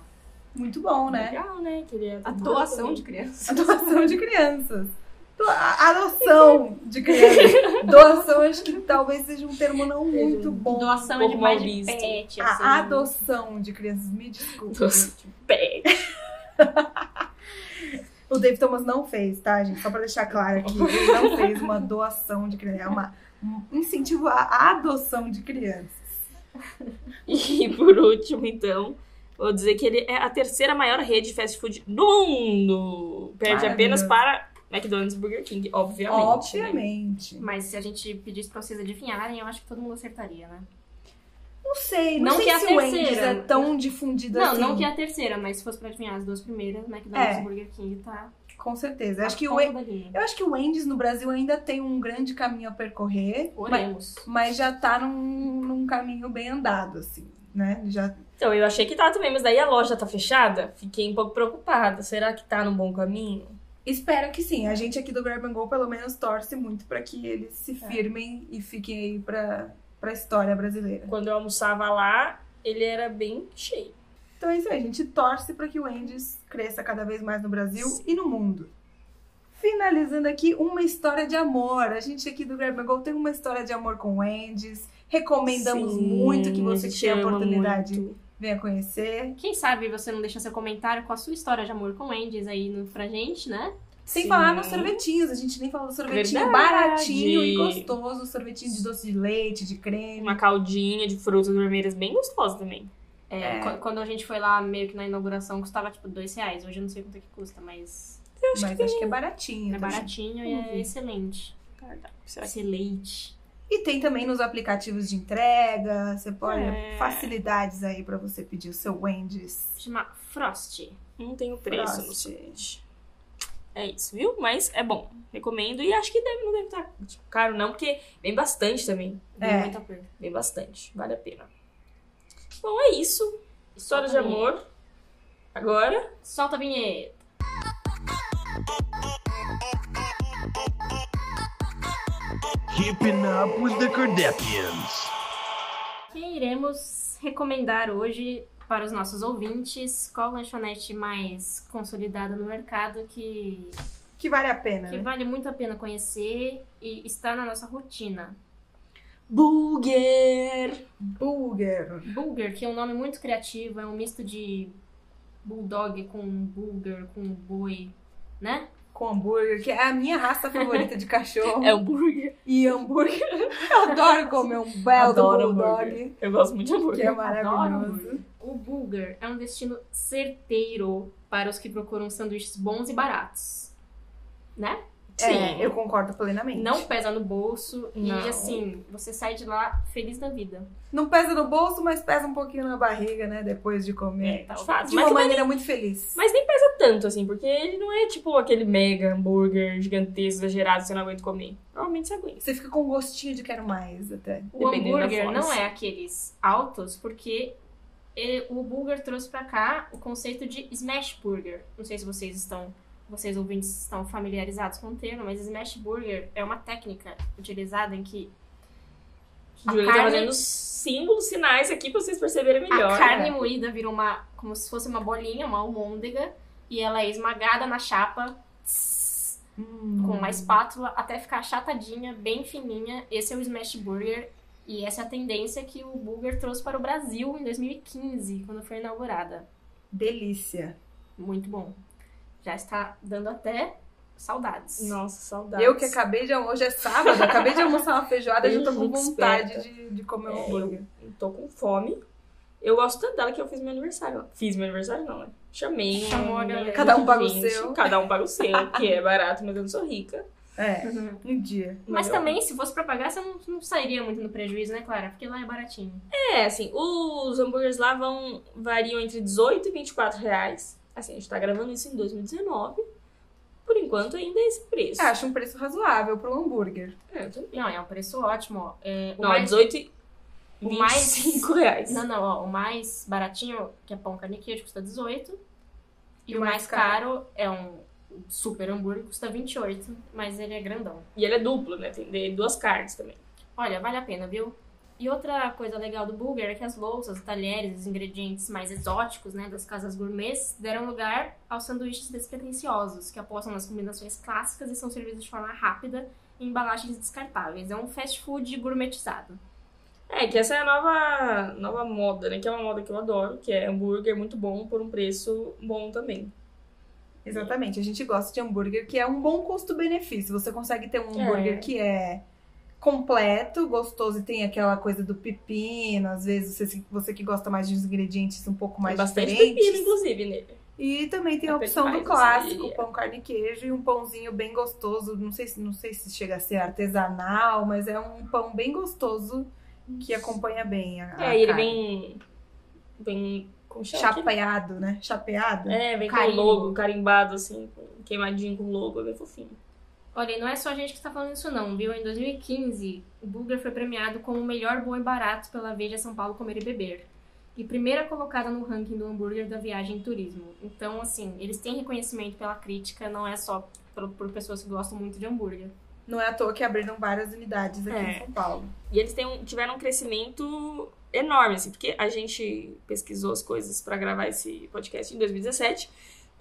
Speaker 2: Muito bom, né?
Speaker 1: Legal, né? Queria
Speaker 3: A doação de crianças.
Speaker 2: Adoção de crianças. Do- a- Adoção de crianças. Doação, acho que talvez seja um termo não muito bom.
Speaker 3: Doação
Speaker 1: Um
Speaker 3: é
Speaker 1: pouco
Speaker 3: demais
Speaker 1: mal
Speaker 3: de
Speaker 1: visto.
Speaker 3: pet, assim.
Speaker 2: A adoção de crianças, me desculpe.
Speaker 1: Doação.
Speaker 2: gente.
Speaker 1: pé.
Speaker 2: O Dave Thomas não fez, tá, gente? Só pra deixar claro aqui. Ele não fez uma doação de crianças. É uma, um incentivo à adoção de crianças.
Speaker 1: E por último, então, vou dizer que ele é a terceira maior rede de fast food do mundo. Perde
Speaker 2: Maravilhoso.
Speaker 1: apenas para McDonald's e Burger King, obviamente. né?
Speaker 2: Obviamente.
Speaker 3: Mas se a gente pedisse pra vocês adivinharem, eu acho que todo mundo acertaria, né?
Speaker 2: Não sei, não,
Speaker 3: Não
Speaker 2: sei
Speaker 3: que a
Speaker 2: se o Wendy's
Speaker 3: terceira-
Speaker 2: é tão difundido
Speaker 3: Não,
Speaker 2: assim.
Speaker 3: não que é- a terceira, mas se fosse pra adivinhar as duas primeiras, né, McDonald's
Speaker 2: É.
Speaker 3: um e Burger King tá.
Speaker 2: Com certeza.
Speaker 3: na
Speaker 2: Acho que o
Speaker 3: ponta
Speaker 2: Wen-
Speaker 3: da linha.
Speaker 2: Eu acho que o Wendy's no Brasil ainda tem um grande caminho a percorrer. Mas,
Speaker 3: Oremos.
Speaker 2: mas já tá num, num caminho bem andado, assim, né? Já...
Speaker 1: Então, eu achei que tá também, mas daí a loja tá fechada. Fiquei um pouco preocupada. Será que tá no bom caminho?
Speaker 2: Espero que sim. A gente aqui do Grab and Go, pelo menos, torce muito pra que eles se
Speaker 3: É.
Speaker 2: firmem e fiquem aí pra, pra história brasileira.
Speaker 1: Quando eu almoçava lá, ele era bem cheio.
Speaker 2: Então é isso aí, a gente torce pra que o Wendy's cresça cada vez mais no Brasil e no mundo. Finalizando aqui uma história de amor. A gente aqui do Grab and Go tem uma história de amor com o Wendy's. Recomendamos
Speaker 1: Sim,
Speaker 2: muito que
Speaker 1: a
Speaker 2: você
Speaker 1: gente
Speaker 2: que tenha a
Speaker 1: ama
Speaker 2: oportunidade
Speaker 1: muito.
Speaker 2: venha conhecer.
Speaker 3: Quem sabe você não deixa seu comentário com a sua história de amor com o Wendy's aí no, pra gente, né?
Speaker 2: Sem
Speaker 1: Sim.
Speaker 2: falar nos sorvetinhos, a gente nem falou do sorvetinho
Speaker 1: Verdade.
Speaker 2: baratinho e gostoso, sorvetinho de doce de leite, de creme.
Speaker 1: Uma caldinha de frutas vermelhas bem gostosa também.
Speaker 3: É, qu- Quando a gente foi lá meio que na inauguração, custava tipo dois reais. Hoje eu não sei quanto é que custa, mas
Speaker 2: mas acho que é baratinho.
Speaker 3: é
Speaker 2: tá?
Speaker 3: baratinho e é excelente.
Speaker 1: Será que
Speaker 3: Excelente.
Speaker 2: E tem também nos aplicativos de entrega, você pode
Speaker 1: É.
Speaker 2: facilidades aí pra você pedir o seu Wendy's.
Speaker 3: Chama Frost.
Speaker 1: não tem o preço no
Speaker 2: Frost.
Speaker 1: sorvete? É isso, viu? Mas é bom. Recomendo. E acho que deve, não deve estar caro, não, porque vem bastante também.
Speaker 3: Deu
Speaker 2: É.
Speaker 3: muito apoio.
Speaker 1: Vem bastante. Vale a pena. Bom, é isso. História de
Speaker 3: Exatamente.
Speaker 1: amor. Agora.
Speaker 3: Solta a vinheta.
Speaker 7: Keeping up with the Kardashians.
Speaker 3: Quem iremos recomendar hoje para os nossos ouvintes? Qual lanchonete mais consolidada no mercado que,
Speaker 2: Que vale a pena.
Speaker 3: que
Speaker 2: né?
Speaker 3: vale muito a pena conhecer e está na nossa rotina?
Speaker 1: Burger!
Speaker 2: Burger.
Speaker 3: Bulger, que é um nome muito criativo, é um misto de bulldog com bulger, com boi, né?
Speaker 2: Com hambúrguer, que é a minha raça favorita de cachorro.
Speaker 1: É um burger.
Speaker 2: E hambúrguer. Eu adoro comer um belo
Speaker 1: Adoro
Speaker 2: bulldog.
Speaker 1: hambúrguer. Eu gosto muito de
Speaker 2: Que é
Speaker 1: hambúrguer.
Speaker 2: maravilhoso.
Speaker 3: O Bulger é um destino certeiro para os que procuram sanduíches bons e baratos. Né?
Speaker 1: Sim.
Speaker 2: É, eu concordo plenamente.
Speaker 3: Não pesa no bolso
Speaker 1: Não.
Speaker 3: e assim, você sai de lá feliz da vida.
Speaker 2: Não pesa no bolso, mas pesa um pouquinho na barriga, né? Depois de
Speaker 3: É,
Speaker 2: comer.
Speaker 3: tal.
Speaker 1: fato. tá, Mas
Speaker 2: De uma
Speaker 1: também-
Speaker 2: maneira muito feliz.
Speaker 1: Mas nem pesa tanto, assim, porque ele não é tipo aquele mega hambúrguer gigantesco, exagerado, que você não aguenta comer. Provavelmente você aguenta.
Speaker 2: Você fica com um gostinho de quero mais até.
Speaker 3: O
Speaker 1: Dependendo da
Speaker 3: hambúrguer
Speaker 1: fome.
Speaker 3: não é aqueles altos, porque ele- o Bulger trouxe pra cá o conceito de smash burger. Não sei se vocês estão, vocês ouvintes estão familiarizados com o termo, mas smash burger é uma técnica utilizada em que
Speaker 1: O Júlio tá
Speaker 3: carne-
Speaker 1: fazendo símbolos, sinais aqui pra vocês perceberem melhor.
Speaker 3: a carne moída vira uma como se fosse uma bolinha, uma almôndega, e ela é esmagada na chapa tss,
Speaker 2: Hum,
Speaker 3: com
Speaker 1: Uhum.
Speaker 3: uma espátula até ficar achatadinha, bem fininha. Esse é o smash burger e essa é a tendência que o burger trouxe para o Brasil em 2015, quando foi inaugurada.
Speaker 2: Delícia.
Speaker 3: Muito bom. Já está dando até saudades.
Speaker 1: Nossa, saudades.
Speaker 2: Eu que acabei de almoçar, hoje é sábado, eu acabei de almoçar uma feijoada, já tô com
Speaker 1: Delícia,
Speaker 2: vontade
Speaker 1: esperta.
Speaker 2: de, de comer um
Speaker 1: É,
Speaker 2: hambúrguer.
Speaker 1: Eu tô com fome. Eu gosto tanto dela que eu fiz meu aniversário. Fiz meu aniversário, não, né? Chamei.
Speaker 3: Chamou a
Speaker 1: minha
Speaker 3: galera.
Speaker 2: Cada um paga o
Speaker 1: gente,
Speaker 2: seu.
Speaker 1: Cada um paga o seu, que é barato, mas eu não sou rica. é
Speaker 2: É,
Speaker 3: Uhum.
Speaker 2: um dia.
Speaker 3: Mas
Speaker 1: eu-
Speaker 3: também, se fosse pra pagar, você não, não sairia muito no prejuízo, né, Clara? Porque lá é baratinho.
Speaker 1: É, assim, os hambúrgueres lá vão, variam entre 18 e 24 reais. Assim, a gente tá gravando isso em 2019. Por enquanto, ainda é esse preço.
Speaker 2: Eu acho um preço razoável para um hambúrguer.
Speaker 1: É, eu também.
Speaker 3: Não, é um preço ótimo, ó. É, o
Speaker 1: Não, é
Speaker 3: mais-
Speaker 1: 18 e
Speaker 3: o mais-
Speaker 1: 25 reais.
Speaker 3: Não, não, ó, o mais baratinho, que é pão carne e queijo, custa 18. E,
Speaker 2: E
Speaker 3: o
Speaker 2: o
Speaker 3: mais
Speaker 2: mais caro?
Speaker 3: caro é um super hambúrguer, custa 28, mas ele é grandão.
Speaker 1: E ele é duplo, né? Tem de- duas carnes também.
Speaker 3: Olha, vale a pena, viu? E outra coisa legal do burger é que as louças, os talheres, os ingredientes mais exóticos, né, das casas gourmets, deram lugar aos sanduíches despretensiosos, que apostam nas combinações clássicas e são servidos de forma rápida em embalagens descartáveis. É um fast food gourmetizado.
Speaker 1: É, que essa é a nova, nova moda, né? Que é uma moda que eu adoro, que é hambúrguer muito bom por um preço bom também.
Speaker 2: Exatamente, a gente gosta de hambúrguer que é um bom custo-benefício. Você consegue ter um
Speaker 1: É.
Speaker 2: hambúrguer que é completo, gostoso e tem aquela coisa do pepino. Às vezes você, se- você que gosta mais de uns ingredientes um pouco mais
Speaker 1: Tem bastante
Speaker 2: diferentes.
Speaker 1: pepino, inclusive, nele.
Speaker 2: E também tem a
Speaker 1: Até
Speaker 2: opção do
Speaker 1: demais,
Speaker 2: clássico,
Speaker 1: assim,
Speaker 2: pão, carne e queijo, e um pãozinho bem gostoso. Não sei, se- não sei se chega a ser artesanal, mas é um pão bem gostoso que acompanha bem a, a
Speaker 1: é, e ele
Speaker 2: carne.
Speaker 1: vem. Vem. Como chama? aquele?
Speaker 2: chapeado, né? Chapeado.
Speaker 1: É, vem com
Speaker 3: Carimbo.
Speaker 1: o logo, carimbado, assim, com- queimadinho com o logo, é bem fofinho.
Speaker 3: Olha, e não é só a gente que tá falando isso não, viu? Em 2015, o Bulger foi premiado como o melhor bom e barato pela Veja São Paulo Comer e Beber. E primeira colocada no ranking do hambúrguer da viagem e turismo. Então, assim, eles têm reconhecimento pela crítica, não é só por, por pessoas que gostam muito de hambúrguer.
Speaker 2: Não é à toa que abriram várias unidades aqui
Speaker 1: É.
Speaker 2: em São Paulo.
Speaker 1: E eles têm um- tiveram um crescimento enorme, assim, porque a gente pesquisou as coisas pra gravar esse podcast em 2017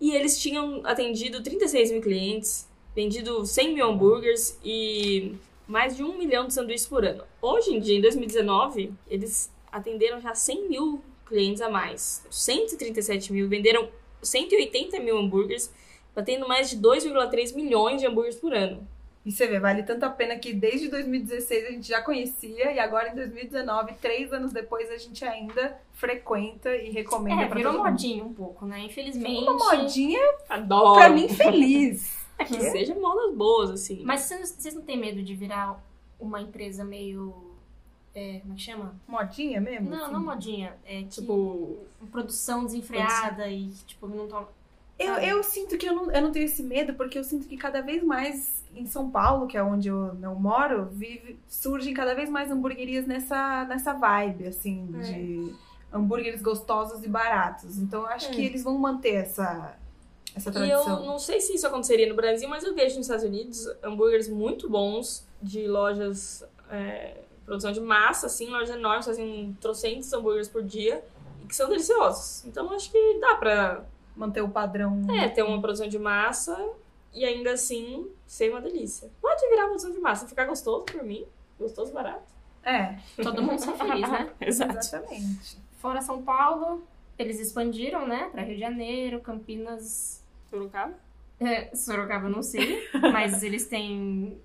Speaker 1: e eles tinham atendido 36 mil clientes, vendido 100 mil hambúrgueres e mais de um milhão de sanduíches por ano. Hoje em dia, em 2019, eles atenderam já 100 mil clientes a mais, 137 mil, venderam 180 mil hambúrgueres, batendo mais de 2,3 milhões de hambúrgueres por ano.
Speaker 2: E você vê, vale tanto a pena que desde 2016 a gente já conhecia e agora em 2019, três anos depois, a gente ainda frequenta e recomenda
Speaker 3: É,
Speaker 2: pra
Speaker 3: virou
Speaker 2: todo mundo.
Speaker 3: modinha um pouco, né? Infelizmente.
Speaker 2: Uma modinha
Speaker 1: Adoro!
Speaker 2: pra mim feliz.
Speaker 1: É que seja modas boas, assim.
Speaker 3: Mas vocês não- vocês não têm medo de virar uma empresa meio... É, como é que chama?
Speaker 2: Modinha mesmo?
Speaker 3: Não,
Speaker 2: assim?
Speaker 3: não modinha. É tipo,
Speaker 1: Tipo,
Speaker 3: produção desenfreada e, tipo, não toma...
Speaker 2: Eu,
Speaker 3: sabe?
Speaker 2: eu sinto que eu não, eu não tenho esse medo, porque eu sinto que cada vez mais em São Paulo, que é onde eu não moro, vive, surgem cada vez mais hamburguerias nessa, nessa vibe, assim,
Speaker 1: É.
Speaker 2: de hambúrgueres gostosos e baratos. Então eu acho
Speaker 1: É.
Speaker 2: que eles vão manter essa, essa
Speaker 1: E eu
Speaker 2: tradição.
Speaker 1: não sei se isso aconteceria no Brasil, mas eu vejo nos Estados Unidos hambúrgueres muito bons de lojas é, produção de massa, assim, lojas enormes, fazem trocentos hambúrgueres por dia e que são deliciosos. Então acho que dá pra
Speaker 2: Manter o padrão.
Speaker 1: é, ter uma produção de massa e ainda assim ser uma delícia. Pode virar produção de massa, ficar gostoso por mim, gostoso barato.
Speaker 2: É,
Speaker 3: Todo mundo só feliz, né?
Speaker 2: exatamente.
Speaker 3: Fora São Paulo, eles expandiram, né? Pra Rio de Janeiro, Campinas,
Speaker 1: Sorocaba?
Speaker 3: é, Sorocaba, eu não sei. mas eles têm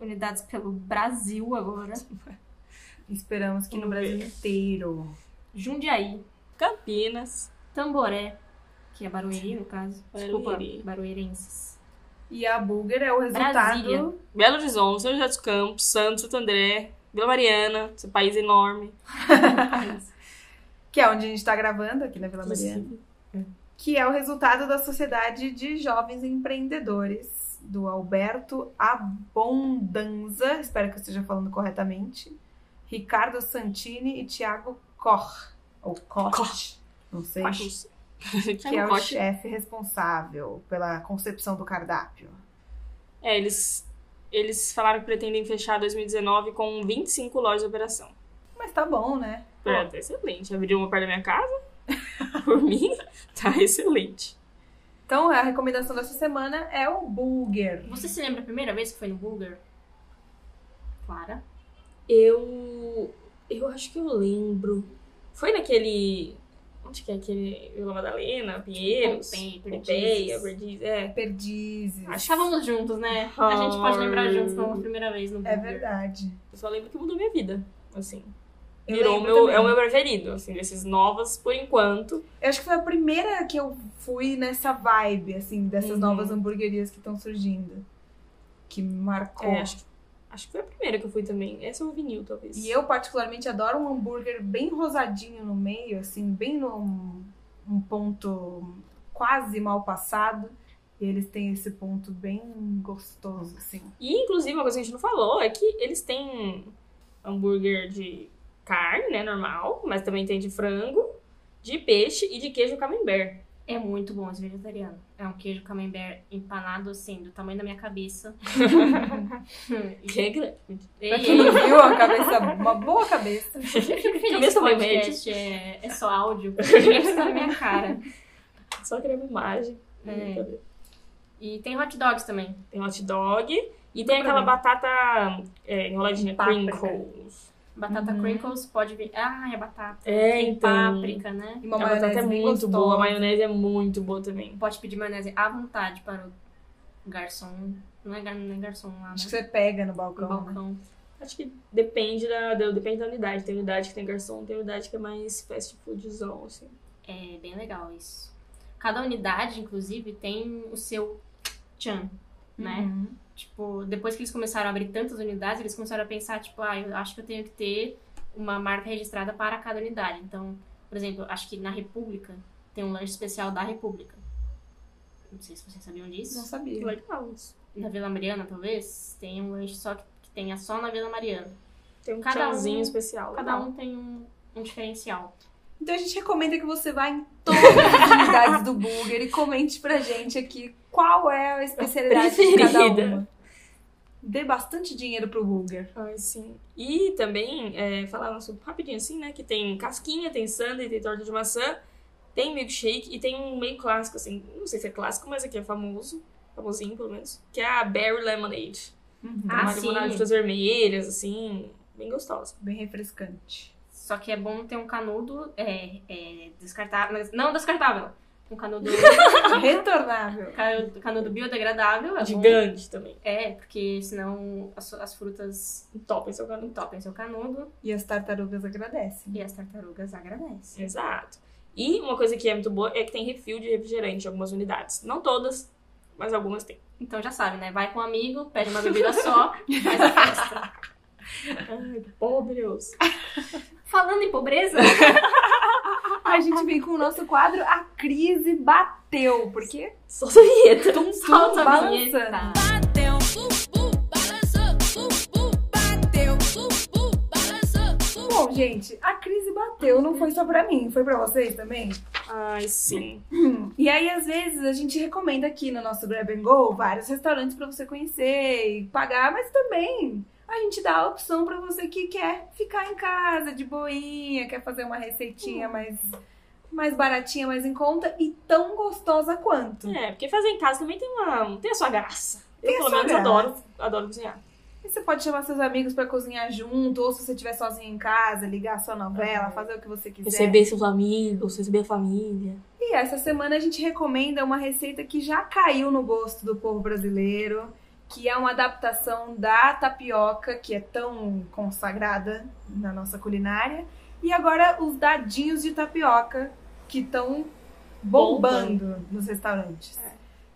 Speaker 3: unidades pelo Brasil agora.
Speaker 2: Esperamos que no
Speaker 1: Vamos
Speaker 2: Brasil
Speaker 1: ver.
Speaker 2: inteiro.
Speaker 3: Jundiaí,
Speaker 1: Campinas.
Speaker 3: Tamboré, que é Barueri, no caso. Desculpa,
Speaker 1: Barueri.
Speaker 3: baruerenses.
Speaker 2: E a Búlgara é o resultado.
Speaker 3: Brasília.
Speaker 1: Belo Horizonte, São José dos Campos, Santos, Santo André, Vila Mariana, esse país enorme.
Speaker 2: que é onde a gente está gravando aqui na Vila Mariana, que é o resultado da Sociedade de Jovens Empreendedores, do Alberto Abondanza, espero que eu esteja falando corretamente, Ricardo Santini e Thiago Koch, ou Koch, não sei,
Speaker 1: Paixos.
Speaker 2: que é o
Speaker 1: Cote.
Speaker 2: chefe responsável pela concepção do cardápio.
Speaker 1: É, eles, eles falaram que pretendem fechar 2019 com 25 lojas de operação.
Speaker 2: Mas tá bom, né?
Speaker 1: É, tá excelente. Abriu uma perto da minha casa? Por mim, tá excelente.
Speaker 2: Então, a recomendação dessa semana é o Bulger.
Speaker 3: Você se lembra a primeira vez que foi no Bulgar? Clara.
Speaker 1: Eu. Eu acho que eu lembro. Foi naquele. Onde que é aquele. Vila Madalena, Pinheiros?
Speaker 3: Pompeia, Perdizes.
Speaker 1: Pompeia, Perdiz. É.
Speaker 2: Perdizes.
Speaker 3: Acho que
Speaker 1: um
Speaker 3: estávamos juntos, né? A gente pode lembrar juntos como a primeira vez no
Speaker 2: É
Speaker 3: Bulgar.
Speaker 2: verdade.
Speaker 1: Eu só lembro que mudou minha vida. Assim.
Speaker 2: Eu
Speaker 1: Virou o
Speaker 2: lembro
Speaker 1: meu,
Speaker 2: também.
Speaker 1: é o meu preferido, assim, desses novas por enquanto.
Speaker 2: Eu acho que foi a primeira que eu fui nessa vibe, assim, dessas
Speaker 1: Uhum.
Speaker 2: novas hamburguerias que estão surgindo. Que me marcou.
Speaker 1: É, acho, que, acho que foi a primeira que eu fui também. Essa é o vinil, talvez.
Speaker 2: E eu, particularmente, adoro um hambúrguer bem rosadinho no meio, assim, bem num um ponto quase mal passado. E eles têm esse ponto bem gostoso, assim.
Speaker 1: E, inclusive, uma coisa que a gente não falou é que eles têm hambúrguer de carne, né, normal, mas também tem de frango, de peixe e de queijo camembert.
Speaker 3: É muito bom esse vegetariano. É um queijo camembert empanado, assim, do tamanho da minha cabeça.
Speaker 1: Que é grande.
Speaker 3: E-
Speaker 2: Pra quem não viu, a cabeça, uma boa cabeça.
Speaker 3: Eu fico feliz que
Speaker 1: Cabeça
Speaker 3: o
Speaker 1: vai
Speaker 3: podcast é, é só áudio, porque ninguém precisa da minha cara.
Speaker 1: Só querendo imagem.
Speaker 3: É. E tem hot dogs também.
Speaker 1: Tem hot dog e tem
Speaker 3: pra
Speaker 1: aquela
Speaker 3: mim.
Speaker 1: batata é, enroladinha,
Speaker 3: Páprica.
Speaker 1: crinkles.
Speaker 3: Batata
Speaker 2: Uhum.
Speaker 3: crinkles pode vir... Ah, é batata.
Speaker 1: É,
Speaker 3: tem
Speaker 1: então.
Speaker 3: páprica, né?
Speaker 2: E
Speaker 1: A
Speaker 2: uma
Speaker 1: batata
Speaker 2: maionese
Speaker 1: é
Speaker 2: bem
Speaker 1: muito
Speaker 2: gostosa.
Speaker 1: boa, a maionese é muito boa também.
Speaker 3: Pode pedir maionese à vontade para o garçom. Não é, gar... não é garçom lá,
Speaker 2: Acho
Speaker 3: né?
Speaker 2: que você pega no
Speaker 3: No
Speaker 2: balcão, né?
Speaker 3: balcão.
Speaker 1: Acho que depende da, da- depende da unidade. Tem unidade que tem garçom, tem unidade que é mais fast foodzão, assim.
Speaker 3: É bem legal isso. Cada unidade, inclusive, tem o seu tchan, né?
Speaker 2: Uhum.
Speaker 3: Tipo, depois que eles começaram a abrir tantas unidades, eles começaram a pensar, tipo, ah, eu acho que eu tenho que ter uma marca registrada para cada unidade. Então, por exemplo, acho que na República tem um lanche especial da República. Não sei se vocês sabiam disso.
Speaker 2: Não sabia.
Speaker 1: Legal isso.
Speaker 3: Na Vila Mariana, talvez, tem um lanche só que, que tenha só na Vila Mariana.
Speaker 1: Tem um
Speaker 3: Cada
Speaker 1: tchauzinho
Speaker 3: um-
Speaker 1: especial.
Speaker 3: Cada um tem um, um diferencial.
Speaker 2: Então a gente recomenda que você vá em todas as unidades do Burger e comente pra gente aqui qual é a especialidade de cada
Speaker 1: Preferida.
Speaker 2: uma. Dê bastante dinheiro pro Burger.
Speaker 1: Ai, sim. E também, é, falaram sobre- rapidinho assim, né? Que tem casquinha, tem sundae, tem torta de maçã, tem milkshake e tem um meio clássico, assim. Não sei se é clássico, mas aqui é famoso. Famosinho, pelo menos. Que é a Berry Lemonade.
Speaker 3: Ah,
Speaker 2: Tá?
Speaker 1: Ah, uma
Speaker 3: sim.
Speaker 1: limonada de frutas vermelhas, assim. Bem gostosa.
Speaker 2: Bem refrescante.
Speaker 3: Só que é bom ter um canudo é, é, descartável. mas Não descartável. Um canudo,
Speaker 2: Retornável.
Speaker 3: canudo- canudo
Speaker 1: Tá
Speaker 3: biodegradável. É bom.
Speaker 1: Gigante também.
Speaker 3: É, porque senão as, as frutas
Speaker 1: Top, esse é o canudo.
Speaker 3: entopem seu canudo
Speaker 2: E as tartarugas agradecem.
Speaker 3: e as tartarugas agradecem.
Speaker 1: Exato. E uma coisa que é muito boa é que tem refil de refrigerante em algumas unidades. Não todas, mas algumas tem.
Speaker 3: Então já sabe, né? Vai com um amigo, pede uma bebida só, faz a festa.
Speaker 1: Ai, pobres.
Speaker 3: Falando em pobreza,
Speaker 2: A gente vem com o nosso quadro A Crise Bateu. Porque
Speaker 1: Só a vinheta.
Speaker 2: tum, tum
Speaker 3: solta a
Speaker 2: balançando.
Speaker 3: vinheta.
Speaker 2: Bom, gente, a crise bateu. Não foi só pra mim, foi pra vocês também?
Speaker 1: Ai, sim.
Speaker 2: E aí, às vezes, a gente recomenda aqui no nosso Grab and Go vários restaurantes pra você conhecer e pagar, mas também a gente dá a opção pra você que quer ficar em casa de boinha, quer fazer uma receitinha mais, mais baratinha, mais em conta e tão gostosa quanto.
Speaker 1: É, porque fazer em casa também tem uma. tem a sua graça. Eu,
Speaker 2: Tem a
Speaker 1: pelo
Speaker 2: sua
Speaker 1: menos,
Speaker 2: graça.
Speaker 1: adoro, adoro cozinhar.
Speaker 2: E você pode chamar seus amigos pra cozinhar junto, ou se você estiver sozinho em casa, ligar a sua novela, fazer o que você quiser.
Speaker 1: seus amigos, receber a família.
Speaker 2: E essa semana a gente recomenda uma receita que já caiu no gosto do povo brasileiro, que é uma adaptação da tapioca, que é tão consagrada na nossa culinária, e agora os dadinhos de tapioca, que estão bombando nos restaurantes.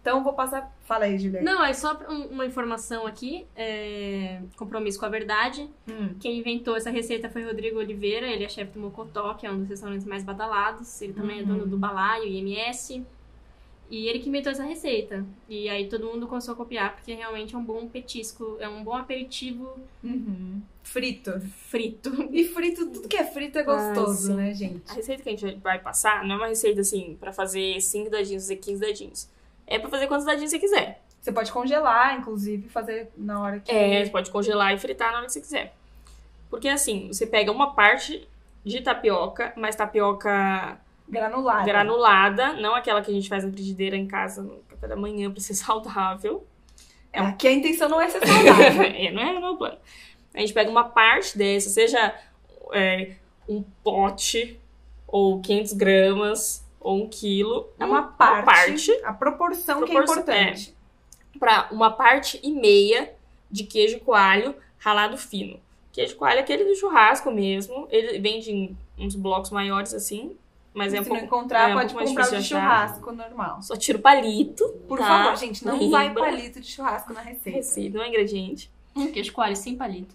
Speaker 2: Então vou passar. Fala aí, Juliana.
Speaker 3: Não, é só um- uma informação aqui, é, compromisso com a verdade.
Speaker 2: Hum.
Speaker 3: Quem inventou essa receita foi Rodrigo Oliveira, ele é chefe do Mocotó, que é um dos restaurantes mais badalados. Ele também é dono do Balaio, IMS. E ele que inventou essa receita. E aí todo mundo começou a copiar, porque realmente é um bom petisco, é um bom aperitivo
Speaker 2: Uhum. Frito.
Speaker 3: frito.
Speaker 2: E frito, tudo que é frito é gostoso,
Speaker 1: Ah, sim.
Speaker 2: né, gente?
Speaker 1: A receita que a gente vai passar não é uma receita assim pra fazer 5 dadinhos, fazer 15 dadinhos. É pra fazer quantos dadinhos você quiser.
Speaker 2: Você pode congelar, inclusive, fazer na hora que.
Speaker 1: É, você pode congelar e fritar na hora que você quiser. Porque assim, você pega uma parte de tapioca, mas
Speaker 2: Ah,
Speaker 1: tapioca
Speaker 2: Granulado.
Speaker 1: granulada, não aquela que a gente faz na frigideira em casa no café da manhã pra ser saudável.
Speaker 2: É, aqui a intenção não é ser saudável.
Speaker 1: É, não é o meu plano. A gente pega uma parte dessa, seja é, um pote, ou 500 gramas, ou um quilo.
Speaker 2: É uma parte, a proporção que é
Speaker 1: Proporção-
Speaker 2: importante.
Speaker 1: para é, uma parte e meia de queijo coalho ralado fino. Queijo coalho é aquele do churrasco mesmo. Ele vende em uns blocos maiores assim, mas é um
Speaker 2: Se não
Speaker 1: pouco.
Speaker 2: encontrar,
Speaker 1: é um
Speaker 2: pode
Speaker 1: pouco mais
Speaker 2: comprar o de
Speaker 1: difícil de achar.
Speaker 2: churrasco normal.
Speaker 1: Só tira o palito.
Speaker 2: Por
Speaker 1: tá?
Speaker 2: favor, gente, não
Speaker 1: Lembra?
Speaker 2: vai palito de churrasco na receita.
Speaker 1: Receita, não é ingrediente.
Speaker 3: Um queijo coalho sem palito.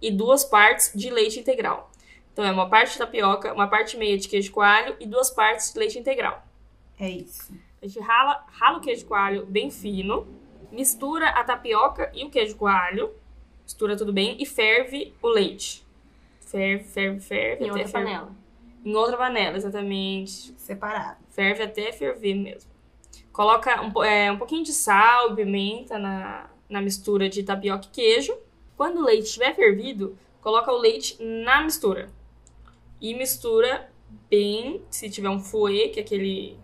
Speaker 1: e duas partes de leite integral. Então é uma parte de tapioca, uma parte e meia de queijo coalho e duas partes de leite integral.
Speaker 2: É isso.
Speaker 1: A gente rala, rala o queijo coalho bem fino, mistura a tapioca e o queijo coalho, mistura tudo bem e ferve o leite. Ferve, ferve, ferve.
Speaker 3: Em
Speaker 1: até
Speaker 3: outra
Speaker 1: ferver.
Speaker 3: panela.
Speaker 1: Em outra panela, exatamente.
Speaker 2: Separado.
Speaker 1: Ferve até ferver mesmo. Coloca um, po- é, um pouquinho de sal, pimenta na, na mistura de tapioca e queijo. Quando o leite estiver fervido, coloca o leite na mistura. E mistura bem, se tiver um fouet, que é aquele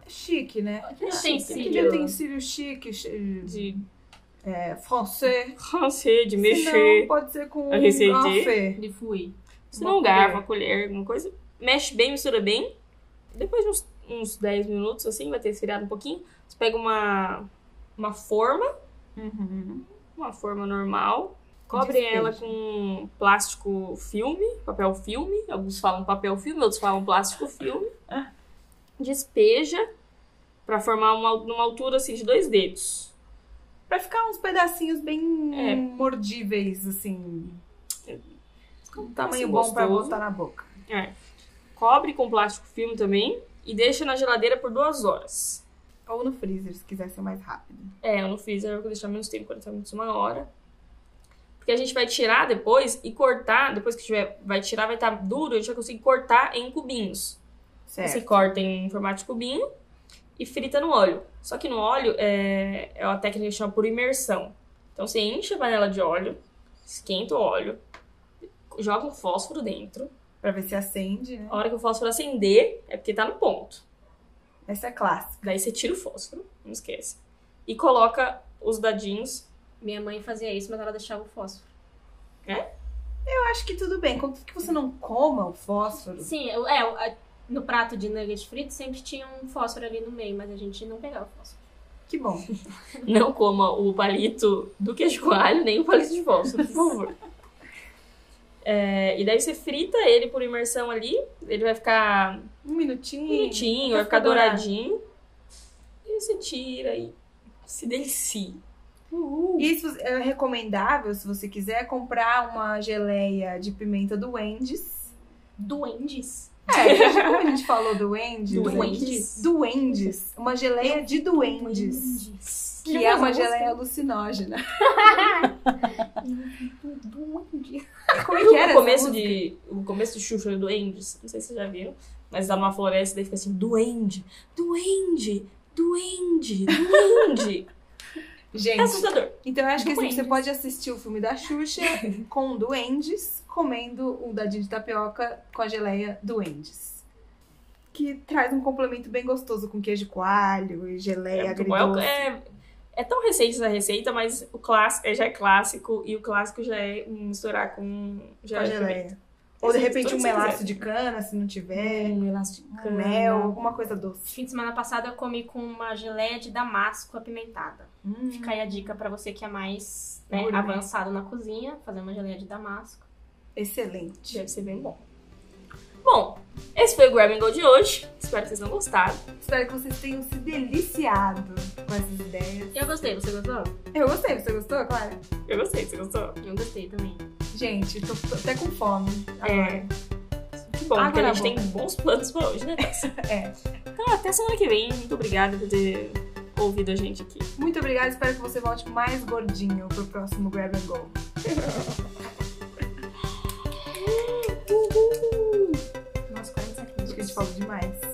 Speaker 1: Ah,
Speaker 2: É chique, né? Aquele
Speaker 3: Utensílio.
Speaker 2: utensílio chique, chi-
Speaker 1: de
Speaker 2: é, francês.
Speaker 1: francês, de
Speaker 2: Se não,
Speaker 1: mexer.
Speaker 2: pode ser com
Speaker 1: A receita.
Speaker 2: café.
Speaker 3: De fui.
Speaker 1: Se não, um garfo, uma colher, alguma coisa. Mexe bem, mistura bem. Depois de uns, uns 10 minutos, assim, vai ter esfriado um pouquinho. Você pega uma, uma forma.
Speaker 2: Uhum.
Speaker 1: uma forma normal. Cobre
Speaker 2: Despejo.
Speaker 1: ela com plástico filme, papel filme. Alguns falam papel filme, outros falam plástico filme.
Speaker 2: Ah.
Speaker 1: Despeja pra formar uma, numa altura assim de dois dedos.
Speaker 2: Pra ficar uns pedacinhos bem
Speaker 1: É.
Speaker 2: mordíveis, assim. Um tamanho
Speaker 1: Assim,
Speaker 2: bom pra
Speaker 1: gostoso. É.
Speaker 2: botar na boca.
Speaker 1: Cobre com plástico filme também e deixa na geladeira por duas horas.
Speaker 2: Ou no freezer, se quiser ser mais rápido.
Speaker 1: É, eu não fiz, eu vou deixar menos tempo, 40 minutos, uma hora. Porque a gente vai tirar depois e cortar, depois que tiver, vai tirar, vai estar duro, a gente vai conseguir cortar em cubinhos. Você
Speaker 2: Certo.
Speaker 1: corta em formato de cubinho e frita no óleo. Só que no óleo é, é uma técnica que chama por imersão. Então você enche a panela de óleo, esquenta o óleo, joga um fósforo dentro.
Speaker 2: Pra ver se acende, né?
Speaker 1: A hora que o fósforo acender é porque tá no ponto.
Speaker 2: Essa é clássica.
Speaker 1: Daí você tira o fósforo, não esquece. E coloca os dadinhos.
Speaker 3: Minha mãe fazia isso, mas ela deixava o fósforo.
Speaker 2: Eu acho que tudo bem. Contanto que você não coma o fósforo.
Speaker 3: Sim, eu- é, eu- a- no prato de nuggets frito sempre tinha um fósforo ali no meio, mas a gente não pegava o fósforo.
Speaker 2: Que bom.
Speaker 1: Não coma o palito do queijo coalho, nem o palito de fósforo, por favor. É, e daí você frita ele por imersão ali. Ele vai ficar
Speaker 2: Um minutinho.
Speaker 1: bonitinho, vai
Speaker 2: Vai
Speaker 1: ficar
Speaker 2: ficar dourado.
Speaker 1: douradinho. E você tira e se delicie.
Speaker 2: E isso é recomendável, se você quiser, comprar uma geleia de pimenta do Wendy's.
Speaker 3: Duendes.
Speaker 2: É, como a gente falou do Wendy's.
Speaker 1: Do
Speaker 2: né?
Speaker 1: Wendy's.
Speaker 2: Do Wendy's. Uma geleia de duendes. Que é uma geleia alucinógena. Como é que era
Speaker 1: o
Speaker 2: essa
Speaker 1: começo
Speaker 2: música?
Speaker 1: de o começo do Xuxa do Duendes, não sei se vocês já viram, mas tá numa floresta e daí fica assim, duende, duende, duende, duende. é
Speaker 2: Gente,
Speaker 1: assustador.
Speaker 2: então eu acho que assim,
Speaker 1: Duendes.
Speaker 2: você pode assistir o filme da Xuxa com duendes, comendo um dadinho de tapioca com a geleia duendes. Que traz um complemento bem gostoso com queijo coalho e geleia
Speaker 1: muito bom.
Speaker 2: agridoce.
Speaker 1: É, é tão recente essa receita, mas o clássico já é clássico e o clássico já é misturar com é
Speaker 2: com
Speaker 1: geleia.
Speaker 2: a
Speaker 1: de pimenta.
Speaker 2: geleia. Ou de
Speaker 1: Tudo
Speaker 2: repente
Speaker 1: que
Speaker 2: um
Speaker 1: você
Speaker 2: melaço
Speaker 1: quiser.
Speaker 2: de cana, se não tiver.
Speaker 1: Um elástico de
Speaker 2: Um
Speaker 1: cana.
Speaker 2: mel, alguma coisa doce.
Speaker 3: Fim de semana passada eu comi com uma geleia de damasco apimentada.
Speaker 2: Hum,
Speaker 3: Fica aí a dica pra você que é mais né,
Speaker 2: Gourmet.
Speaker 3: avançado na cozinha, fazer uma geleia de damasco.
Speaker 2: excelente.
Speaker 1: Deve ser bem bom. Bom, Esse foi o Grab and Go de hoje. Espero que vocês tenham gostado.
Speaker 2: Espero que vocês tenham se deliciado com essas ideias.
Speaker 3: Eu gostei, você gostou?
Speaker 2: Eu gostei, você gostou, Clara?
Speaker 1: Eu gostei, você gostou?
Speaker 3: Eu gostei também.
Speaker 2: Gente, tô, tô até com fome.
Speaker 1: É.
Speaker 2: Agora.
Speaker 1: Que bom,
Speaker 2: Água
Speaker 1: porque a
Speaker 2: na
Speaker 1: gente
Speaker 2: boca.
Speaker 1: tem bons planos pra hoje, né? Tessa?
Speaker 2: É.
Speaker 1: então, até semana que vem. Muito obrigada por ter ouvido a gente aqui.
Speaker 2: Muito obrigada, espero que você volte mais gordinho pro próximo Grab and Go.
Speaker 1: Uhul.
Speaker 3: Nossa, 40
Speaker 2: Acho que a
Speaker 3: segundos.
Speaker 2: gente falou demais.